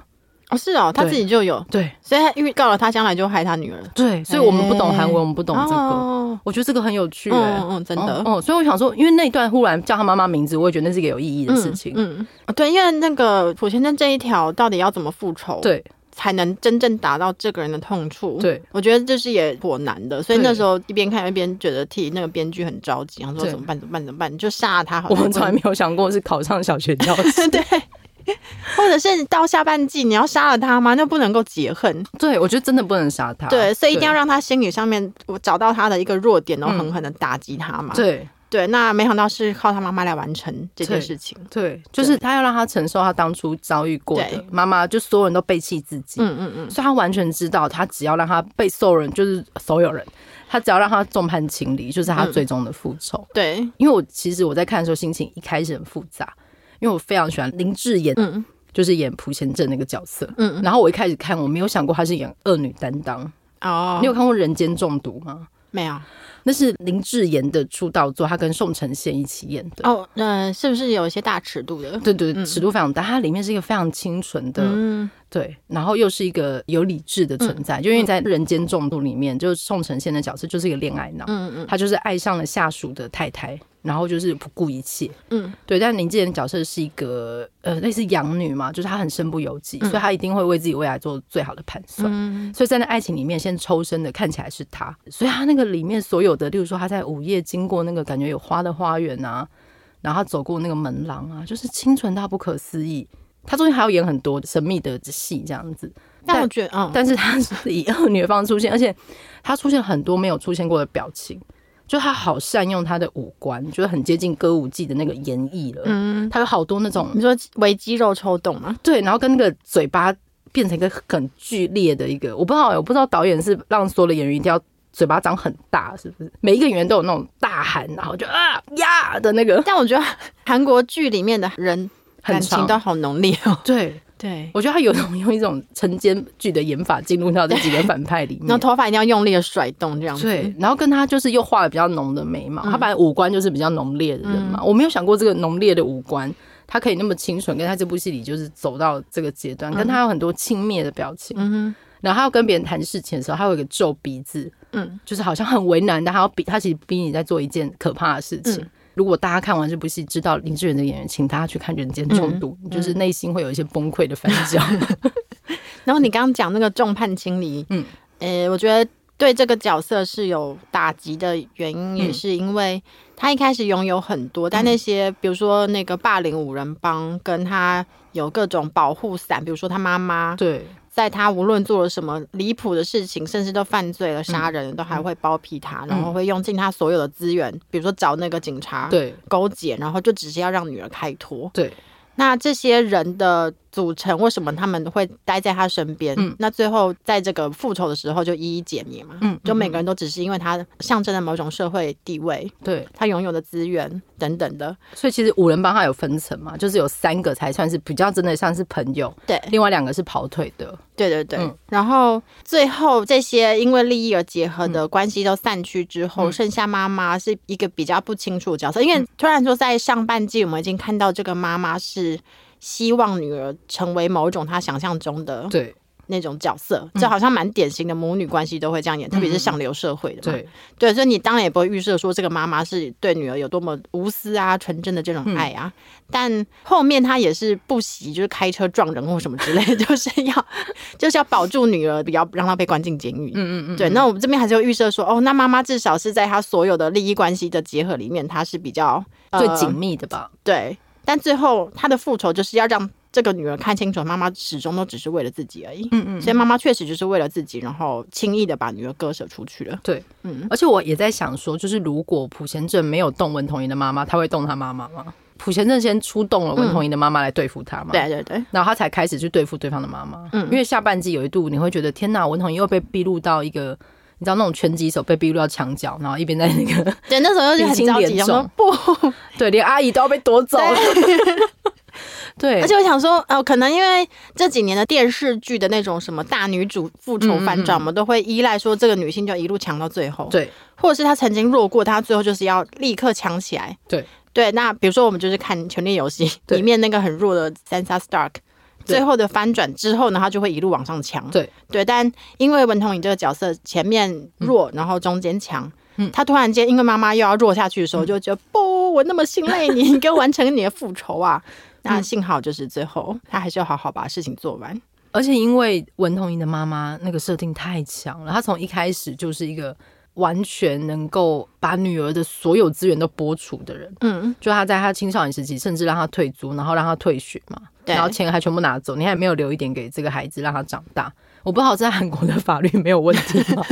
B: 哦是哦，他
A: 对
B: 自己就有，
A: 对
B: 所以他预告了他将来就害他女儿，
A: 对，所以我们不懂韩文，
B: 哎
A: 我们不懂这个，
B: 哦
A: 我觉得这个很有趣、欸。
B: 嗯嗯，真的
A: 哦，哦所以我想说，因为那一段忽然叫他妈妈名字，我也觉得那是一个有意义的事情。
B: 嗯，嗯对，因为那个普先生这一条到底要怎么复仇，，
A: 对
B: 才能真正达到这个人的痛处，。
A: 对，
B: 我觉得这是也颇难的，所以
A: 对
B: 那时候一边看一边觉得替那个编剧很着急，然后说
A: 对
B: 怎么办怎么办怎么办， 你就杀了他好
A: 我
B: 了。
A: 们从来没有想过是考上小学教师。
B: 对，或者是到下半季你要杀了他吗？那不能够解恨，
A: 对，我觉得真的不能杀他。
B: 啊对，所以一定要
A: 让
B: 让他心理上面我找到他的一个弱点，然后
A: 嗯
B: 狠狠的打击他嘛。
A: 对
B: 对，那没想到是靠他妈妈来完成这件事情。
A: 对，就是他要让他承受他当初遭遇过
B: 对
A: 的妈妈，就所有人都背弃自己。
B: 嗯嗯嗯，
A: 所以他完全知道，他只要让他被受人，就是所有人，他只要让他众叛亲离，就是他最终的复仇。
B: 对，
A: 因为我其实我在看的时候，心情一开始很复杂，因为我非常喜欢林志妍，
B: 嗯
A: 就是演朴贤镇那个角色。
B: 嗯，
A: 然后我一开始看，我没有想过她是演恶女担当。
B: 哦
A: 你，有看过《人间中毒》吗？
B: 没有，
A: 那是林志妍的出道作，她跟宋承宪一起演的。
B: 哦，嗯、是不是有一些大尺度的？
A: 对对，对尺度非常大，它里面是一个非常清纯的，
B: 嗯，
A: 对，然后又是一个有理智的存在，就因为在《人间重度》里面，就是宋承宪的角色就是一个恋爱脑，
B: 嗯嗯
A: 他就是爱上了下属的太太，然后就是不顾一切，
B: 嗯，
A: 对。但林志妍的角色是一个呃类似养女嘛，就是她很身不由己，所以她一定会为自己未来做最好的盘算。
B: 嗯
A: 所以在那爱情里面，先抽身的看起来是他，所以他那个里面所有的，例如说他在午夜经过那个感觉有花的花园啊，然后他走过那个门廊啊，就是清纯到不可思议。他中间还要演很多神秘的戏这样子，
B: 但我觉得，嗯，
A: 但是他是以恶女的方式出现，而且他出现很多没有出现过的表情，就他好善用他的五官，就是很接近歌舞伎的那个演绎了。
B: 嗯，
A: 他有好多那种
B: 你说为肌肉抽动吗？
A: 对，然后跟那个嘴巴变成一个很剧烈的一个，我不知道欸，我不知道导演是让所有的演员一定要嘴巴张很大，是不是？每一个演员都有那种大喊，然后就啊呀的那个
B: 但我觉得韩国剧里面的人
A: 很
B: 感
A: 长
B: 情都好浓烈哦。
A: 对。
B: 对，
A: 我觉得他有种用一种晨间剧的演法进入到这几个反派里
B: 然后
A: 面，
B: 头发一定要用力的甩动，这样子。嗯
A: 对，然后跟他就是又画了比较浓的眉毛，他本来五官就是比较浓烈的人嘛，我没有想过这个浓烈的五官，他可以那么清纯，跟他这部戏里就是走到这个阶段，跟他有很多轻蔑的表情，
B: 嗯
A: 然后他要跟别人谈事情的时候，他会有一个皱鼻子，
B: 哼，嗯
A: 就是好像很为难，但他要逼他其实逼你在做一件可怕的事
B: 嗯
A: 情。如果大家看完这部戏，知道林志远的演员，请大家去看《人间中
B: 嗯
A: 毒》你就是内心会有一些崩溃的翻 搅。
B: 然后你刚刚讲那个众叛亲离，
A: 嗯
B: 嗯，呃，我觉得对这个角色是有打击的原因，也是因为他一开始拥有很多，但那些比如说那个霸凌五人帮，跟他有各种保护伞，比如说他妈妈，
A: 对，
B: 在他无论做了什么离谱的事情，甚至都犯罪了、杀人，都还会包庇他，然后会用尽他所有的资源，比如说找那个警察
A: 对，
B: 勾结，然后就只是要让女儿开脱。
A: 对，
B: 那这些人的组成，为什么他们会待在他身边？
A: 嗯
B: 那最后在这个复仇的时候，就一一解谜嘛。
A: 嗯
B: 就每个人都只是因为他象征了某种社会地位，
A: 对。
B: 他拥有的资源等等的。
A: 所以其实五人帮他有分层嘛，就是有三个才算是比较真的像是朋友，
B: 对，
A: 另外两个是跑腿的。
B: 对对对，
A: 嗯
B: 然后最后这些因为利益而结合的
A: 嗯
B: 关系都散去之后，剩下妈妈是一个比较不清楚的角色，因为
A: 嗯
B: 突然说在上半季我们已经看到这个妈妈是希望女儿成为某种她想象中的
A: 对
B: 那种角色，这好像蛮典型的母女关系都会这
A: 嗯
B: 样演，特别是上流社会的嘛。
A: 对
B: 对，所以你当然也不会预设说这个妈妈是对女儿有多么无私啊、纯真的这种爱啊。但后面她也是不惜就是开车撞人或什么之类的， 就是要就是要保住女儿，不要让她被关进监狱。嗯嗯嗯。对，那我们这边还是有预设说，哦，那妈妈至少是在她所有的利益关系的结合里面，她是比较、呃
A: 最紧密的吧？
B: 对，但最后她的复仇就是要让这个女儿看清楚，妈妈始终都只是为了自己而已。嗯嗯。所以妈妈确实就是为了自己，然后轻易的把女儿割舍出去了。
A: 对，
B: 嗯
A: 而且我也在想说，就是如果朴贤正没有动文童莹的妈妈，他会动他妈妈吗？朴贤正先出动了文童莹的妈妈来对付他嘛？
B: 对对对。
A: 然后他才开始去对付对方的妈妈。
B: 嗯
A: 因为下半季有一度你会觉得天哪，文童又被逼入到一个。你知道那种拳击手被逼入到墙角，然后一边在那 个
B: 对，那时候就是很着
A: 鼻
B: 急，
A: 青脸
B: 想
A: 肿
B: 说不，
A: 对，连阿姨都要被夺走了。 对，
B: 而且我想说，呃，可能因为这几年的电视剧的那种什么大女主复仇
A: 嗯
B: 反转，我们都会依赖说这个女性就一路强到最后，，
A: 对
B: 或者是她曾经弱过，她最后就是要立刻强起来，
A: 对
B: 对。那比如说我们就是看《权力游戏》
A: 对
B: 里面那个很弱的 Sansa Stark。
A: 对
B: 最后的翻转之后呢，她就会一路往上强。
A: 对
B: 对，但因为文童颖这个角色前面弱，然后中间强，
A: 嗯
B: 她突然间因为妈妈又要弱下去的时候，就觉得、不，我那么信赖你，你给我完成你的复 仇啊！
A: 嗯
B: 那幸好就是最后她还是要好好把事情做完。
A: 而且因为文童莹的妈妈那个设定太强了，她从一开始就是一个完全能够把女儿的所有资源都剥除的人。
B: 嗯，
A: 就她在她青少年时期，甚至让她退租，然后让她退学嘛，
B: 对
A: 然后钱还全部拿走，你还没有留一点给这个孩子让他长大。我不知道在韩国的法律没有问题吗？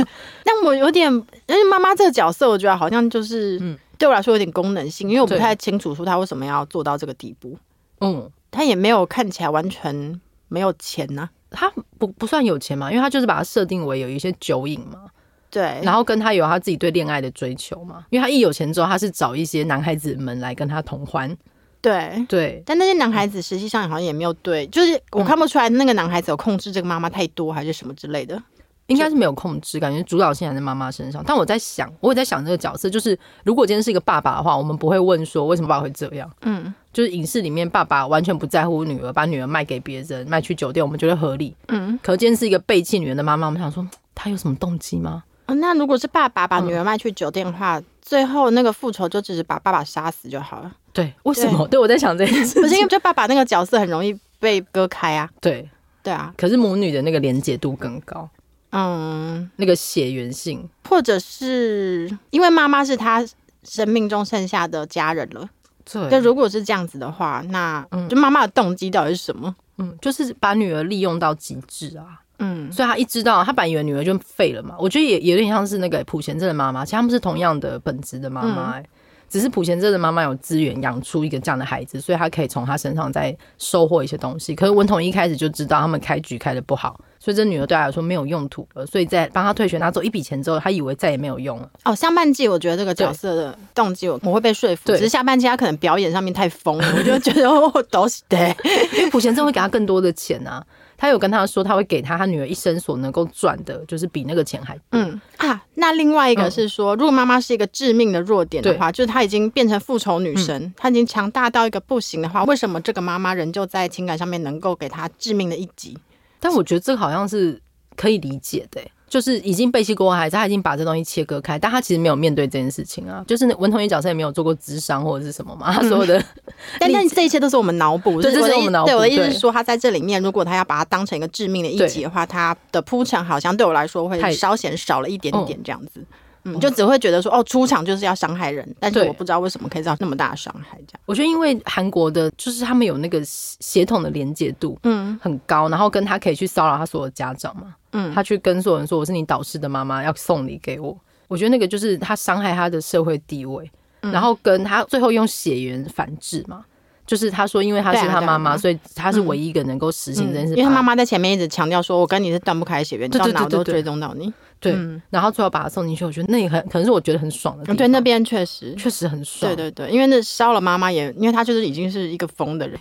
B: 但我有点，因为妈妈这个角色，我觉得好像就是、
A: 嗯
B: 对我来说有点功能性，因为我不
A: 对
B: 太清楚说她为什么要做到这个地步，
A: 嗯，
B: 她也没有看起来完全没有钱啊呐、
A: 她不不算有钱嘛，因为她就是把它设定为有一些酒瘾嘛，
B: 对，
A: 然后跟她有她自己对恋爱的追求嘛，因为她一有钱之后，她是找一些男孩子们来跟她同欢，
B: 对，
A: 对，
B: 但那些男孩子实嗯际上好像也没有对，就是我看不出来那个男孩子有控制这个妈妈太多还是什么之类的。
A: 应该是没有控制，感觉主导性还在妈妈身上。但我在想，我也在想这个角色，就是如果今天是一个爸爸的话，我们不会问说为什么爸爸会这样。
B: 嗯，
A: 就是影视里面爸爸完全不在乎女儿，把女儿卖给别人，卖去酒店，我们觉得合理。
B: 嗯，
A: 可今天是一个背弃女人的妈妈，我们想说她有什么动机吗？
B: 哦那如果是爸爸把女儿卖去酒店的话，最后那个复仇就只是把爸爸杀死就 好了。
A: 对，为什么？对我在想这件事。
B: 不是因为就爸爸那个角色很容易被割开啊。
A: 对，
B: 对啊，
A: 可是母女的那个连结度更高，
B: 嗯，
A: 那个血缘性。
B: 或者是因为妈妈是他生命中剩下的家人了。
A: 对
B: 对，如果是这样子的话，那
A: 嗯
B: 就妈妈的动机到底是什么？
A: 嗯，就是把女儿利用到极致啊。
B: 嗯
A: 所以他一知道，他本来以为女儿就废了嘛。我觉得也也有点像是那个普贤镇的妈妈，其实他们是同样的本质的妈妈、欸只是普贤镇的妈妈有资源养出一个这样的孩子，所以她可以从他身上再收获一些东西。可是文统一开始就知道他们开局开的不好，所以这女儿对他来说没有用途了。所以在帮他退学拿走一笔钱之后，他以为再也没有用了。
B: 哦，下半季我觉得这个角色的动机我我会被说服，
A: 对
B: 只是下半季他可能表演上面太疯 了，我就觉得我都是对，
A: 因为普贤正会给他更多的钱啊。他有跟他说，他会给他他女儿一生所能够赚的，就是比那个钱还多。
B: 嗯啊。那另外一
A: 嗯
B: 个是说，如果妈妈是一个致命的弱点的话，就是她已经变成复仇女
A: 嗯
B: 神，她已经强大到一个不行的话，为什么这个妈妈仍旧在情感上面能够给她致命的一击？
A: 但我觉得这个好像是可以理解的欸、就是已经背弃过的孩子，他已经把这东西切割开，但他其实没有面对这件事情啊。就是那文同一角色也没有做过智商或者是什么嘛，他所有的、
B: 但但这一切都是我们脑补，
A: 对这是
B: 的
A: 我们
B: 意
A: 脑补
B: 对我的意思
A: 对
B: 是说，她在这里面，如果她要把它当成一个致命的一击的话，她的铺陈好像对我来说会
A: 太
B: 稍显少了一点
A: 嗯
B: 点这样子。嗯，就只会觉得说哦，出场就是要伤害人，但是
A: 对
B: 我不知道为什么可以造那么大的伤害，这样。
A: 我觉得因为韩国的，就是他们有那个血血统的连结度，嗯，很高，然后跟他可以去骚扰他所有家长嘛，嗯，他去跟所有人说我是你导师的妈妈，要送礼给我。我觉得那个就是他伤害他的社会地位，
B: 嗯
A: 然后跟他最后用血缘反制嘛，就是他说因为他是
B: 对啊
A: 他
B: 对啊
A: 妈
B: 对
A: 妈，
B: 啊
A: 所以他是唯一一个能够实行这件事，
B: 因为他
A: 把
B: 妈妈在前面一直强调说，我跟你是断不开的血缘，
A: 对
B: 到
A: 对
B: 哪
A: 对
B: 我
A: 对
B: 都
A: 对
B: 追踪到你。
A: 对，
B: 嗯
A: 然后最后把他送进去，我觉得那也很可能是我觉得很爽的地方，
B: 对，那边确实，
A: 确实很爽，
B: 对对对，因为那烧了妈妈也，因为她就是已经是一个疯的人。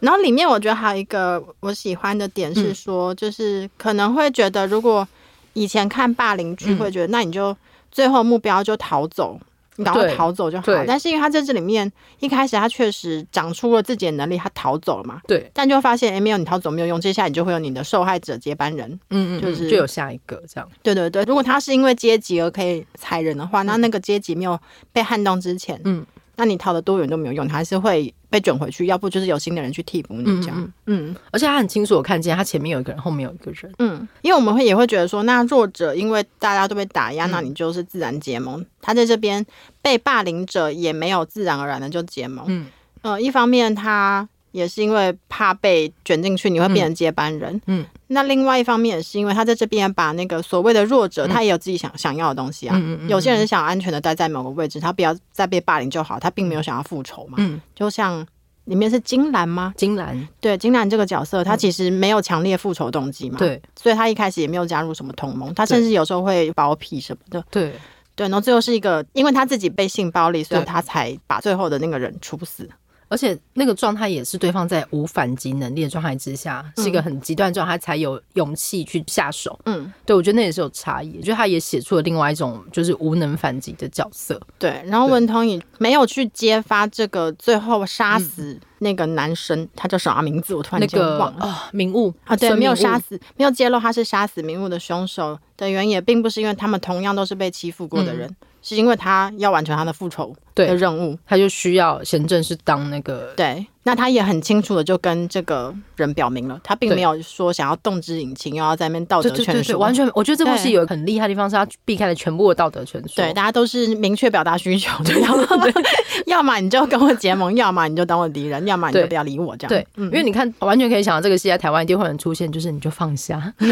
B: 然后里面我觉得还有一个我喜欢的点
A: 嗯
B: 是说，就是可能会觉得，如果以前看霸凌剧
A: 嗯
B: 会觉得，那你就最后目标就逃走，你赶快
A: 对
B: 逃走就好
A: 对。
B: 但是因为他在这里面一开始他确实长出了自己的能力，他逃走了嘛，
A: 对，
B: 但就会发现哎没有你逃走没有用，接下来你就会有你的受害者接班人。
A: 嗯嗯，
B: 就
A: 就是是就有下一个这样，
B: 对对对，如果他是因为阶级而可以裁人的话，那那个阶级没有被撼动之前，
A: 嗯，
B: 那你逃得多远都没有用，你还是会被卷回去，要不就是有新的人去替补你这样，嗯
A: 而且他很清楚，我看见他前面有一个人，后面有一个人，
B: 嗯因为我们会也会觉得说，那弱者因为大家都被打压，那你就是自然结盟，他在这边被霸凌者也没有自然而然的就结盟，
A: 嗯
B: 呃，一方面他也是因为怕被卷进去，你会变成接班人。
A: 嗯
B: 那另外一方面也是因为他在这边把那个所谓的弱者，他也有自己想想要的东西啊。
A: 嗯嗯嗯
B: 有些人想安全的待在某个位置，他不要再被霸凌就好，他并没有想要复仇嘛。
A: 嗯，
B: 就像里面是金兰吗？
A: 金兰，
B: 对，金兰这个角色，他其实没有强烈复仇动机嘛。，
A: 嗯对
B: 所以他一开始也没有加入什么同盟，他甚至有时候会包庇什么的。
A: 对，
B: 对，然后最后是一个，因为他自己被性暴力，所以
A: 对
B: 他才把最后的那个人处死。
A: 而且那个状态也是对方在无反击能力的状态之下，是一个很极端的状态，才有勇气去下手。
B: 嗯，
A: 对我觉得那也是有差异，就他也写出了另外一种就是无能反击的角色。
B: 对，然后文通也没有去揭发这个最后杀死那个男生，他叫啥名字？我突然
A: 嗯那
B: 间
A: 个
B: 忘了。
A: 啊，明悟
B: 啊，对，
A: 孙
B: 没有
A: 明悟
B: 杀死，没有揭露他是杀死明悟的凶手的原因，也并不是因为他们同样都是被欺负过的人，是因为他要完成他的复仇的
A: 嗯对，
B: 任务。
A: 他就需要贤正是当那个
B: 对，那他也很清楚的就跟这个人表明了，他并
A: 对
B: 没有说想要动之以情，又要在那边道德
A: 对
B: 劝
A: 对对
B: 说，
A: 对，完全，我觉得这部
B: 对
A: 戏有一个很厉害的地方，是他避开了全部的道德劝说。
B: 对，大家都是明确表达需求的，要么 要么你就跟我结盟，要么你就当我敌人，要么你就
A: 对
B: 不要理我这样。 嗯
A: 对，因为你看，完全可以想到这个戏在台湾一定会有人出现，就是你就放下，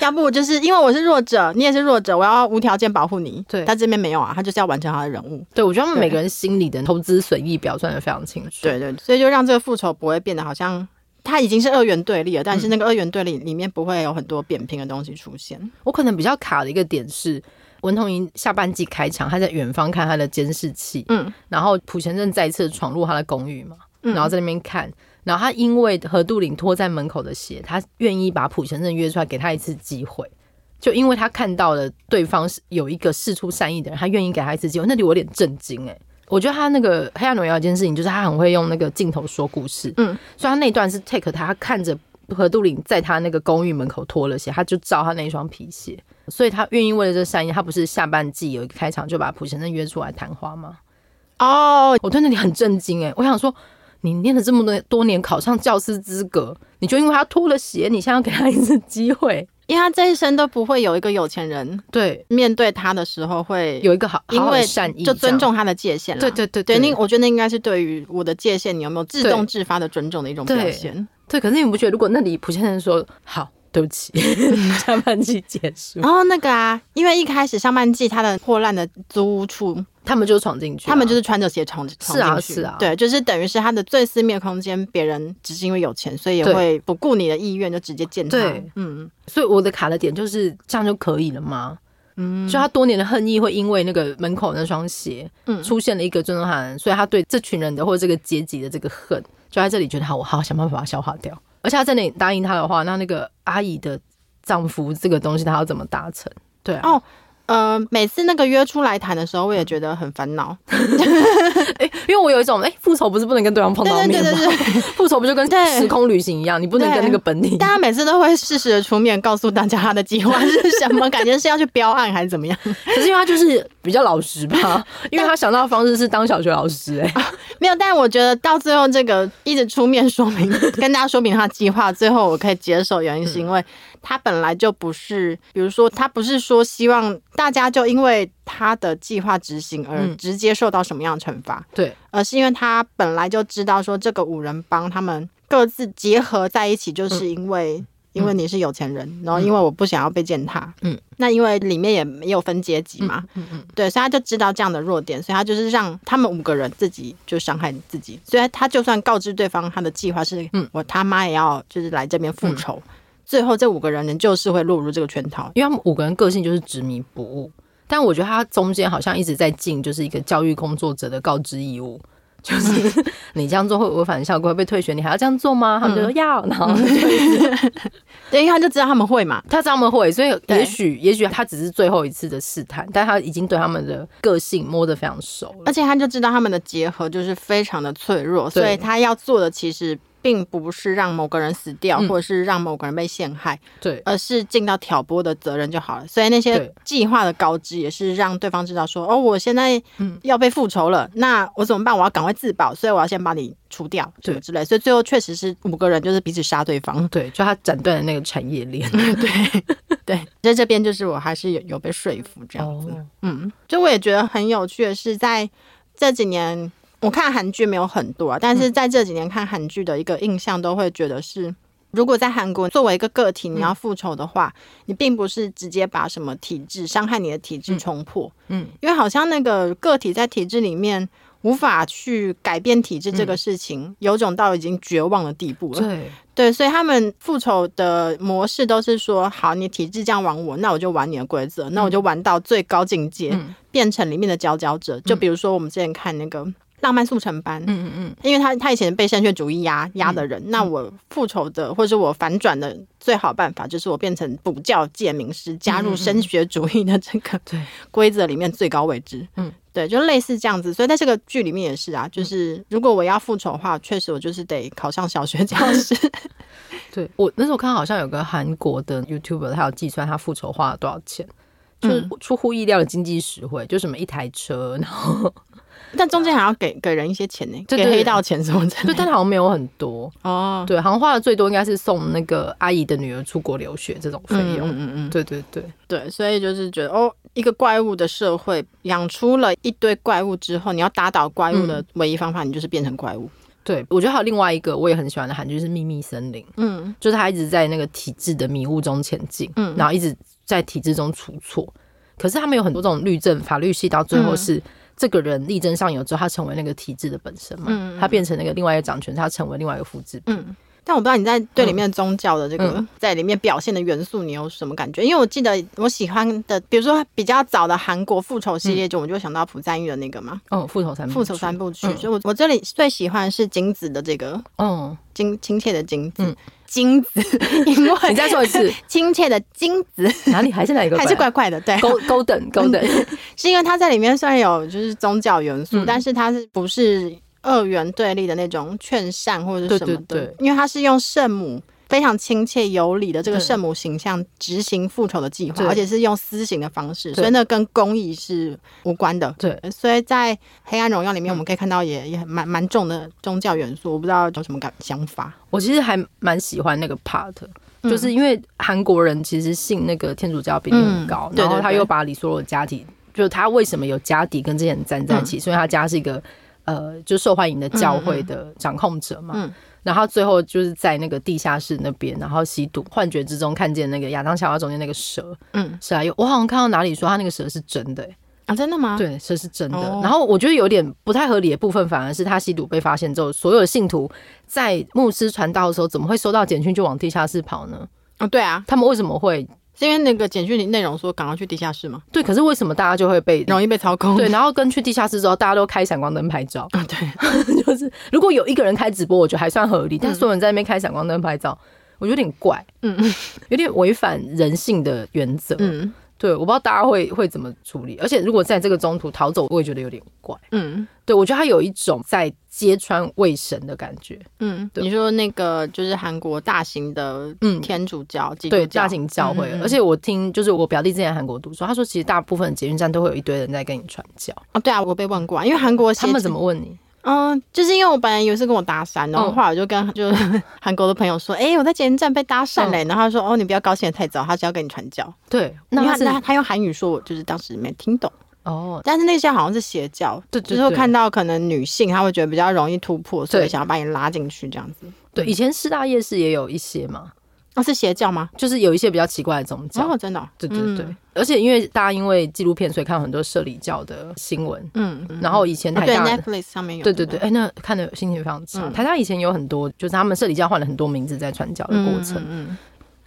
B: 要不就是因为我是弱者，你也是弱者，我要无条件保护你。
A: 对
B: 但这边没有啊，他就是要完成他的任务。
A: 对我觉得他们
B: 对
A: 每个人心里的投资损益表算的非常清楚。
B: 对对，所以就让这个复仇不会变得好像他已经是二元对立了，但是那个二元对立里面不会有很多扁平的东西出现。
A: 我可能比较卡的一个点是，文同莹下半季开场，他在远方看他的监视器，
B: 嗯
A: 然后朴贤正再次闯入他的公寓嘛，
B: 嗯
A: 然后在那边看，然后他因为何杜岭拖在门口的鞋，他愿意把普先生约出来，给他一次机会。就因为他看到了对方是有一个事出善意的人，他愿意给他一次机会，那里我有点震惊哎、我觉得他那个《黑暗荣耀》一件事情，就是他很会用那个镜头说故事，
B: 嗯
A: 嗯，所以他那一段是 take 他，他看着何杜岭在他那个公寓门口脱了鞋，他就照他那一双皮鞋，所以他愿意为了这善意，他不是下半季有一个开场就把普先生约出来谈话吗？
B: 哦，
A: 我对那里很震惊哎、我想说，你念了这么多多年，考上教师资格，你就因为他脱了鞋，你现在要给他一次机会，
B: 因为他这一生都不会有一个有钱人
A: 对，
B: 面对他的时候会
A: 有一个好
B: 因
A: 好好
B: 为
A: 的善意，
B: 就尊。重他的界限啦
A: 对对对
B: 对，那我觉得那应该是对于我的界限，你有没有自
A: 对
B: 动自发的尊重的一种表
A: 对
B: 现。
A: 对，可是你不觉得，如果那里普先生说好，对不起， 下半季结束，
B: 然后那个啊，因为一开始上半季他的破烂的租屋处，
A: 他们就闯进去啊，
B: 他们就是穿着鞋闯闯
A: 是啊
B: 进去，
A: 是啊
B: 对，就是等于是他的最私密的空间，别人只是因为有钱，所以也
A: 对
B: 会不顾你的意愿就直接践踏
A: 对。
B: 嗯，
A: 所以我的卡的点就是这样就可以了吗？嗯，就他多年的恨意会因为那个门口那双鞋，
B: 嗯
A: 嗯，出现了一个尊重他的人，所以他对这群人的或者这个阶级的这个恨，就在这里觉得好，我好好想办法把它消化掉。而且他真的答应他的话，那那个阿姨的丈夫这个东西，他要怎么达成？对啊，
B: 哦呃，每次那个约出来谈的时候，我也觉得很烦 恼。
A: 哎、因为我有一种哎，复仇不是不能跟对方碰
B: 哦对
A: 到面吗？
B: 对对对对，
A: 复仇不就跟
B: 对
A: 时空旅行一样，你不能
B: 对
A: 跟那个本体
B: 大家每次都会适时的出面告诉大家他的计划是什么，感觉是要去标案还是怎么样？
A: 可是因为他就是比较老实 吧，因为他想到的方式是当小学老师、哎，
B: 没有，但我觉得到最后这个一直出面说明，跟大家说明他的计划，最后我可以接受，原因是因为他本来就不是，比如说他不是说希望大家就因为他的计划执行而
A: 嗯
B: 直接受到什么样的惩罚，
A: 对
B: 而是因为他本来就知道说这个五人帮他们各自结合在一起，就是因为、因为你是有钱人，然后因为我不想要被践踏，
A: 嗯，
B: 那因为里面也没有分阶级嘛，嗯嗯对，所以他就知道这样的弱点，所以他就是让他们五个人自己就伤害自己，所以他就算告知对方他的计划是，
A: 嗯
B: 我他妈也要就是来这边复仇。最后这五个人人就是会落入这个圈套，
A: 因为他们五个人个性就是执迷不悟，但我觉得他中间好像一直在尽就是一个教育工作者的告知义务，就是 你这样做会违反校规，会被退学，你还要这样做吗？他们就说要， 然后
B: 对，因为他就知道他们会嘛，
A: 他知道他们会，所以
B: 对
A: 也许也许他只是最后一次的试探，但他已经对他们的个性摸得非常熟了
B: 而。且他就知道他们的结合就是非常的脆弱，
A: 对
B: 所以他要做的其实并不是让某个人死掉，
A: 嗯
B: 或者是让某个人被陷害，
A: 对
B: 而呃是尽到挑拨的责任就好了。所以那些
A: 对
B: 计划的告知也是让对方知道说，哦，我现在
A: 嗯
B: 要被复仇了，那我怎么办？我要赶快自保，所以我要先把你除掉，
A: 对
B: 什么之类。所以最后确实是五个人就是彼此杀对 方。
A: 对，就他斩断了那个产业链。
B: 对，在这边就是我还是有有被说服这样子。
A: 哦，
B: 嗯，就我也觉得很有趣的是，在这几年我看韩剧没有很多、啊，但
A: 嗯
B: 是在这几年看韩剧的一个印象，都会觉得是，如果在韩国作为一个个体，
A: 嗯
B: 你要复仇的话，你并不是直接把什么体制伤害你的体制冲破，
A: 嗯，
B: 因为好像那个个体在体制里面。无法去改变体制
A: 嗯
B: 这个事情，有种到已经绝望的地步了。
A: 对，
B: 对，所以他们复仇的模式都是说，好，你体制这样玩我，那我就玩你的规则，那我就玩到最高境界，
A: 嗯
B: 变成里面的佼佼者。就比如说我们之前看那个《浪漫速成班》，
A: 嗯嗯嗯，
B: 因为他他以前被鲜血主义压压的人，那我复仇的或者我反转的最好办法，就是我变成补教界名师，加入升学主义的这个
A: 嗯对
B: 规则里面最高位置。
A: 嗯，
B: 对，就类似这样子。所以在这个剧里面也是啊，就是如果我要复仇的话，确实我就是得考上小学教师。
A: 对我那时候看到好像有个韩国的 YouTuber，他有计算他复仇花了多少钱，就是
B: 嗯
A: 出乎意料的经济实惠，就什么一台车，然 后
B: 但中间还要给给人一些钱呢、
A: 对
B: 给
A: 对
B: 黑道钱什么之类
A: 对，
B: 的。
A: 但好像没有很多，
B: 哦，
A: 对，好像花的最多应该是送那个阿姨的女儿出国留学这种费
B: 嗯
A: 用，
B: 嗯嗯嗯，
A: 对对对，
B: 对，所以就是觉得哦，一个怪物的社会养出了一堆怪物之后，你要打倒怪物的唯一方法，你就是变成怪物。
A: 对我觉得还有另外一个我也很喜欢的韩剧是《秘密森林》，
B: 嗯，
A: 就是他一直在那个体制的迷雾中前进，
B: 嗯
A: 然后一直在体制中出错。可是他们有很多这种律政法律系，到最后
B: 嗯
A: 是、这个人力争上游之后，他成为那个体制的本身嘛，
B: 嗯
A: 他变成那个另外一个掌权，他成为另外一个复制。
B: 嗯，但我不知道你在对里面的宗教的这个、
A: 嗯
B: 在里面表现的元素，你有什么感觉？因为我记得我喜欢的，比如说比较早的韩国复仇系列就我就想到朴赞玉的那个嘛，
A: 哦，复仇三部曲
B: 嗯复仇 三部曲。
A: 嗯
B: 所以我我这里最喜欢的是金子的这个
A: 哦，
B: 亲亲切的金子，
A: 嗯
B: 金子， 因为
A: 你再说一次，
B: 亲切的金子
A: 哪里还是哪一个？
B: 还是嗯怪怪的，对，
A: 勾勾等勾等，
B: 是因为它在里面虽然有就是宗教元素，
A: 嗯
B: 但是它是不是二元对立的那种劝善或者是什么的？
A: 对对对
B: 因为它是用圣母非常亲切有礼的这个
A: 对
B: 圣母形象执行复仇的计划，
A: 对
B: 而且是用私刑的方式，
A: 对
B: 所以那跟公益是无关的。
A: 对，
B: 所以在《黑暗荣耀》
A: 嗯
B: 里面，我们可以看到也也很蛮蛮重的宗教元素，我不知道有什么感想法。
A: 我其实还蛮喜欢那个 part，
B: 嗯
A: 就是因为韩国人其实信那个天主教比例很高，
B: 嗯对
A: 然后
B: 对
A: 他
B: 对
A: 又把李索罗的家庭，就是他为什么有家底跟这些人站在一
B: 嗯
A: 起，所以他家是一个呃，就受欢迎的教会的掌控者嘛。
B: 嗯嗯
A: 然后最后就是在那个地下室那边，然后吸毒，幻觉之中看见那个亚当夏娃中间那个蛇，
B: 嗯
A: 蛇来又我好像看到哪里说他那个蛇是真的、欸
B: 啊，真的吗？，
A: 对，这是真的。
B: 哦
A: 然后我觉得有点不太合理的部分，反而是他吸毒被发现之后，所有的信徒在牧师传道的时候，怎么会收到简讯就往地下室跑呢？
B: 哦，对啊，
A: 他们为什么会
B: 是因为那个简讯里内容说赶快去地下室嘛，
A: 对？可是为什么大家就会被
B: 容易被操
A: 嗯
B: 控。。
A: 对？然后跟去地下室之后，大家都开闪光灯拍 照
B: 啊， 对，
A: 就是如果有一个人开直播，我觉得还算合理，但所有人在那边开闪光灯拍照，我觉得有点怪，
B: 嗯
A: 有点违反人性的原则。
B: 嗯
A: 对，我不知道大家会会怎么处理，而且如果在这个中途逃走，我也觉得有点怪。
B: 嗯。
A: 对，我觉得他有一种在揭穿卫神的感觉。
B: 嗯，
A: 对
B: 你说那个就是韩国大型的
A: 嗯
B: 天主教、基督
A: 对，
B: 教
A: 大型教会，
B: 嗯嗯嗯
A: 而且我听就是我表弟之前在韩国读书，他说其实大部分捷运站都会有一堆人在跟你传教，
B: 哦，对啊，我被问过、啊，因为韩国
A: 他们怎
B: 么？
A: 么问你？
B: 嗯，就是因为我本来有一次跟我搭讪，然后
A: 嗯
B: 后来我就跟 就是韩国的朋友说，哎、我在捷运站被搭讪嘞、然后他说，哦，你不要高兴的太早，他是要跟你传教。
A: 对，嗯那
B: 因
A: 他
B: 为他
A: 是
B: 他他用韩语说，我就是当时没听懂，
A: 哦，
B: 但是那些好像是邪教，
A: 对对
B: 就是会
A: 对
B: 看到可能女性，她会觉得比较容易突破，所以
A: 对
B: 想要把你拉进去这样子。
A: 对，以前师大夜市也有一些嘛，
B: 哦，是邪教吗？
A: 就是有一些比较奇怪的宗教。
B: 哦，真的哦、
A: 对对对，
B: 嗯
A: 而且因为大家因为纪录片，所以看很多社里教的新闻。
B: 嗯，嗯
A: 然后以前
B: 哦
A: 台
B: 对
A: 大的、
B: Netflix 上面有，
A: 对对对，哎、那看的心情非常差。
B: 嗯
A: 台大以前有很多，就是他们社里教换了很多名字在传教的
B: 嗯，
A: 过程，
B: 嗯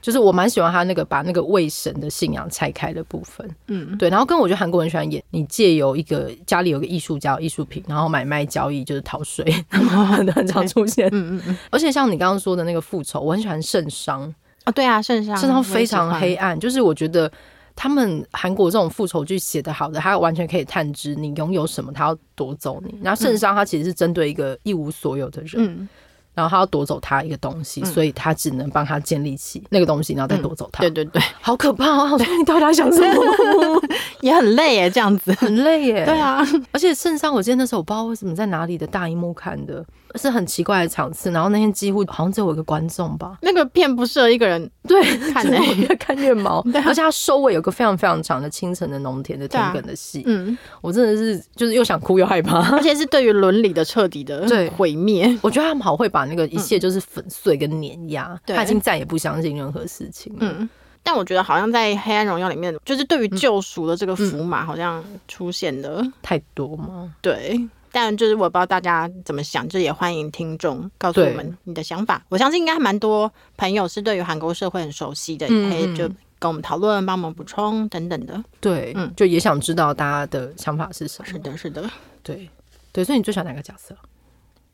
A: 就是我蛮喜欢他那个把那个卫神的信仰拆开的部分。
B: 嗯嗯
A: 对，然后跟我觉得韩国人喜欢演，你借由一个家里有个艺术家有艺术品，然后买卖交易就是逃税， 很很常出现。
B: 嗯嗯嗯。
A: 而且像你刚刚说的那个复仇，我很喜欢圣殇，
B: 啊，对啊，圣上
A: 圣殇非常黑，暗，就是我觉得。他们韩国这种复仇剧写得好的，他完全可以探知你拥有什么，他要夺走你。然后圣殇他其实是针对一个一无所有的人，
B: 嗯，
A: 然后他要夺走他一个东西，
B: 嗯
A: 所以他只能帮他建立起那个东西，然后再夺走他。
B: 对对对，
A: 好可怕 啊！我说你到底在想什么？
B: 也很累耶，这样子。
A: 很累耶。
B: 对啊，
A: 而且圣上，我记得那时候我不知道为什么在哪里的大荧幕看的，是很奇怪的场次。然后那天几乎好像只有我一个观众吧，
B: 那个片不适合一个人
A: 对，
B: 看
A: 就是
B: 欸
A: 我越看越毛。
B: 对啊
A: 而且它收尾有个非常非常长的清晨的农田的
B: 对啊
A: 田埂的戏，
B: 嗯，
A: 我真的是就是又想哭又害怕。
B: 而且是对于伦理的彻底的
A: 对
B: 毁灭。
A: 我觉得他们好会把那个一切就是粉碎跟碾压，
B: 嗯对
A: 他已经再也不相信任何事情了。
B: 嗯，但我觉得好像在《黑暗荣耀》里面，就是对于
A: 嗯
B: 救赎的这个符码好像出现了，
A: 太多
B: 嗯
A: 吗？
B: 对。但就是我不知道大家怎么想，就也欢迎听众告诉我们
A: 对
B: 你的想法。我相信应该还蛮多朋友是对于韩国社会很熟悉的，也
A: 嗯
B: 可以
A: 嗯
B: 就跟我们讨论、帮我们补充等等的。
A: 对，
B: 嗯
A: 就也想知道大家的想法是什么。
B: 是的，是的，
A: 对，对，所以你最喜欢哪个角色？哎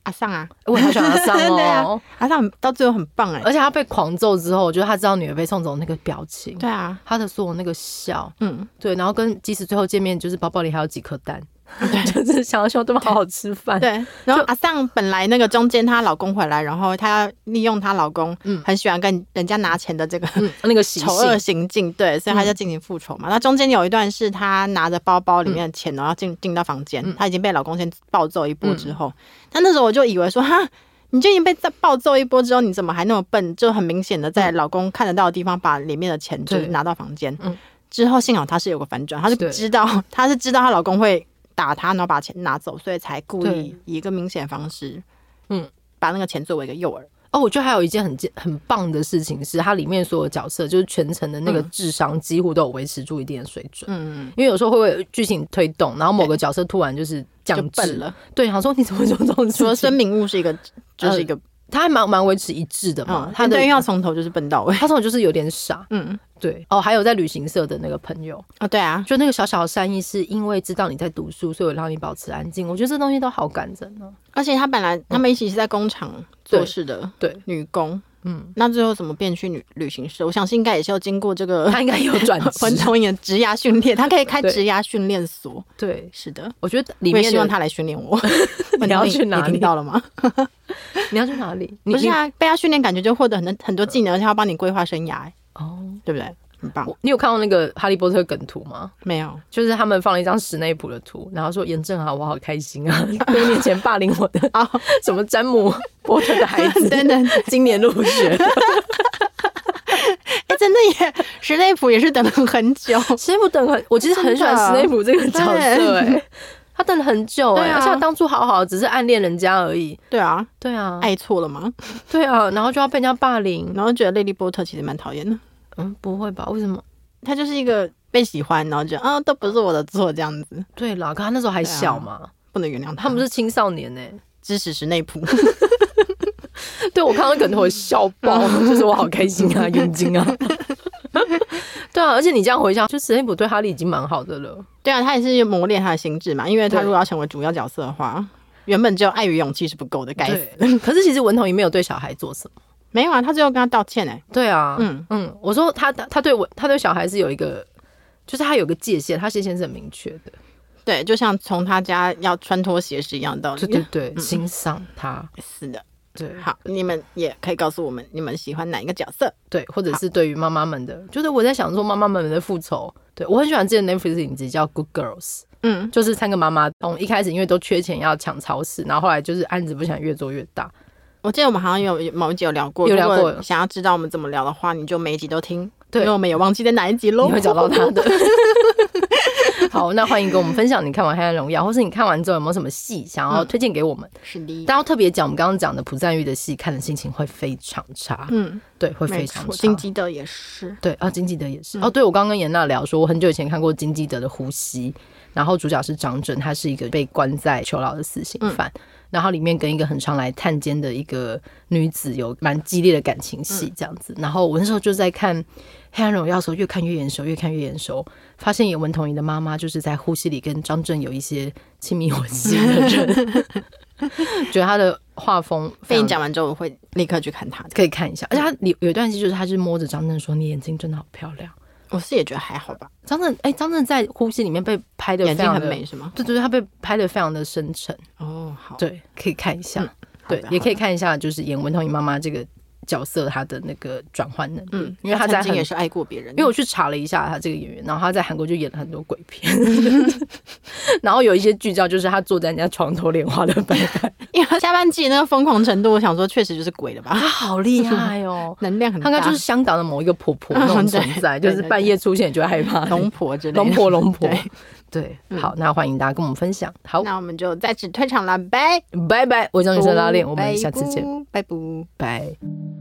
B: 阿尚啊，
A: 我也好喜欢阿 桑
B: 对啊
A: 哦。
B: 阿尚到最后很棒哎、
A: 而且他被狂揍之后，我觉得他知道女儿被送走那个表情，
B: 对啊，
A: 他的所有那个笑，
B: 嗯，
A: 对，然后跟即使最后见面，就是包包里还有几颗 蛋，就是想要希望对方好好吃饭。
B: 对。然后阿尚本来那个中间她老公回来，然后她利用她老公
A: 嗯
B: 很喜欢跟人家拿钱的这个
A: 嗯，那个习
B: 丑恶
A: 性，
B: 行径，对，所
A: 嗯
B: 以她就进行复仇嘛。那中间有一段是她拿着包包里面的钱，然后进进到房间，
A: 嗯
B: 她已经被老公先暴揍一波之后，那那时候我就以为说哈。你就已经被暴揍一波之后，你怎么还那么笨？就很明显的在老公看得到的地方把里面的钱就
A: 嗯
B: 是
A: 对
B: 拿到房间。
A: 嗯
B: 之后幸好她是有个反转，她是
A: 对
B: 知道她是知道她老公会打她，然后把钱拿走，所以才故意
A: 对
B: 以一个明显的方式，
A: 嗯，
B: 把那个钱作为一个诱饵。
A: 哦，我觉得还有一件很很棒的事情是，它里面所有角色就是全程的那个
B: 嗯
A: 智商几乎都有维持住一定的水准。
B: 嗯，
A: 因为有时候会为剧情推动，然后某个角色突然就是
B: 就
A: 降智
B: 笨，了。
A: 对，想说你怎么会做这种事情？
B: 除了孙明悟是一个，就是一个
A: 他还蛮蛮维持一致的嘛。
B: 嗯，
A: 他
B: 他
A: 的
B: 对，因为要从头就是 笨到尾。
A: 他这种就是有点傻，
B: 嗯，
A: 对。哦，还有在旅行社的那个朋友，
B: 啊，对啊，
A: 就那个小小的善意，是因为知道你在读书，所以我让你保持安静。我觉得这东西都好感人哦、
B: 而且他本来他们一起是在工厂做事的
A: 对对
B: 女工，
A: 嗯，
B: 那最后怎么变去旅旅行社？我相信应该也是要经过这个
A: 他应该有 转
B: 文
A: 职，
B: 童颖的职涯训练，他可以开
A: 对
B: 职涯训练所。
A: 对，
B: 是的，
A: 我觉得里
B: 我也
A: 面
B: 希望
A: 的
B: 他来训练我。
A: 你要去哪里
B: 你听到了吗？
A: 你要去哪里？你
B: 不是啊，被他训练，感觉就获得很多很多技能，而且他帮你规划生涯，欸
A: 你哦，
B: 对不对？很棒。
A: 我你有看到那个《哈利波特》梗图吗？
B: 没有，
A: 就是他们放了一张史内普的图，然后说严正啊，我好开心 啊，多年前霸凌我 的啊什么詹姆波特的孩 子，
B: 真的，哎、
A: 今年入学。
B: 哎真的耶，史内普也是等了很 久。
A: 史内普等很，我其实很喜欢
B: 真的
A: 史内普这个角色、
B: 对
A: 哎， 他等了很久、
B: 对
A: 哎、
B: 啊
A: 而且他当初好好，只是暗恋人家而已。
B: 对啊，
A: 对啊，
B: 爱错了吗？
A: 对啊，然后就要被人家霸凌。
B: 然后觉得莉莉波特其实蛮讨厌的，
A: 嗯，不会吧？为什么？
B: 她就是一个被喜欢，然后觉得啊都不是我的错这样子，
A: 对啦，可他那时候还
B: 对啊
A: 小嘛，
B: 不能原谅她
A: 他们是青少年欸呢、
B: 支持史内普。
A: 对我看到梗头笑 爆，就是我好开心啊，眼睛啊。对啊，而且你这样回想，就史内普对哈利已经蛮好的了。
B: 对啊，他也是磨练他的心智嘛，因为他
A: 对
B: 如果要成为主要角色的话，原本只有爱与勇气是不够的，该死
A: 对， 可是其实文童也没有对小孩做什么。
B: 没有啊，他最后跟他道歉哎、
A: 对啊，
B: 嗯
A: 嗯，我说他他对我他对小孩是有一个，就是他有个界限，他界限是很明确的。
B: 对，就像从他家要穿拖鞋是一样的道理。
A: 对对对，欣赏他，
B: 是的，
A: 对
B: 哦嗯好，你们也可以告诉我们你们喜欢哪一个角色。
A: 对，或者是对于妈妈们的，就是我在想说妈妈们的复仇。对我很喜欢之前 Netflix 的影集叫《Good Girls》，
B: 嗯，
A: 就是三个妈妈从一开始因为都缺钱要抢超市，然后后来就是案子不想越做越大。
B: 我记得我们好像有有某一集有聊过，
A: 有聊过
B: 如果想要知道我们怎么聊的话，你就每一集都听，
A: 对
B: 因为我们也忘记在哪一集喽。
A: 你会找到他的。 好，那欢迎跟我们分享你看完《黑暗荣耀》，或是你看完之后有没有什么戏想要推荐给我们？
B: 是的，
A: 但要特别讲，我们刚刚讲的朴赞玉的戏，看的心情会非常差，
B: 嗯，
A: 对，会非
B: 没
A: 常
B: 错，
A: 差
B: 金。基德也是。
A: 对啊，金基德也是。哦，对，我刚刚跟严娜聊说，我很久以前看过金基德的《呼吸》，然后主角是张震，他是一个被关在囚牢的死刑犯，然后里面跟一个很常来探监的一个女子有蛮激烈的感情戏这样子。然后我那时候就在看《黑暗荣耀》的时候，越看越眼熟，越看越眼熟，发现演文童莹的妈妈就是在《呼吸》里跟张震有一些亲密关系的 人，觉得他的画风非
B: 被
A: 常
B: 你讲完之后，我会立刻去看他的。
A: 可以看一下，而且他里有一段戏就是他是摸着张震说：“你眼睛真的好漂亮。”
B: 我是也觉得还好吧，
A: 张震，哎、张震在《呼吸》里面被拍的
B: 眼
A: 非
B: 睛
A: 常
B: 很
A: 的
B: 美，是吗？
A: 对对对，他被拍的非常的深沉，
B: 哦，好，
A: 对，可以看一下，
B: 好的，
A: 对，也可
B: 以。
A: 以看一下，就是演文童莹妈妈这个角色她的那个转换能力，
B: 嗯，
A: 因为她在
B: 曾经
A: 很，
B: 也
A: 因
B: 是爱过别人，
A: 为我去查了一下她这个演员，然后她在韩国就演了很多鬼片，然后有一些剧照就是她坐在人家床头莲花的白板，
B: 因为他下半季那个疯狂程度，我想说确实就是鬼 了吧，
A: 她好厉害 哦。
B: 能量很
A: 她
B: 大，
A: 应该就是香港的某一个婆婆那种
B: 嗯对
A: 存在，就
B: 对
A: 是
B: 对
A: 半
B: 对
A: 夜出现你就会害 怕的。
B: 龙婆之类的。
A: 龙婆，龙婆嗯
B: 对，
A: 对，好，那欢迎大家跟我们分享。好，
B: 那我们就在此退场了，拜。
A: 哦拜拜，我张女生拉链，我们下次见，
B: 拜拜。
A: 拜。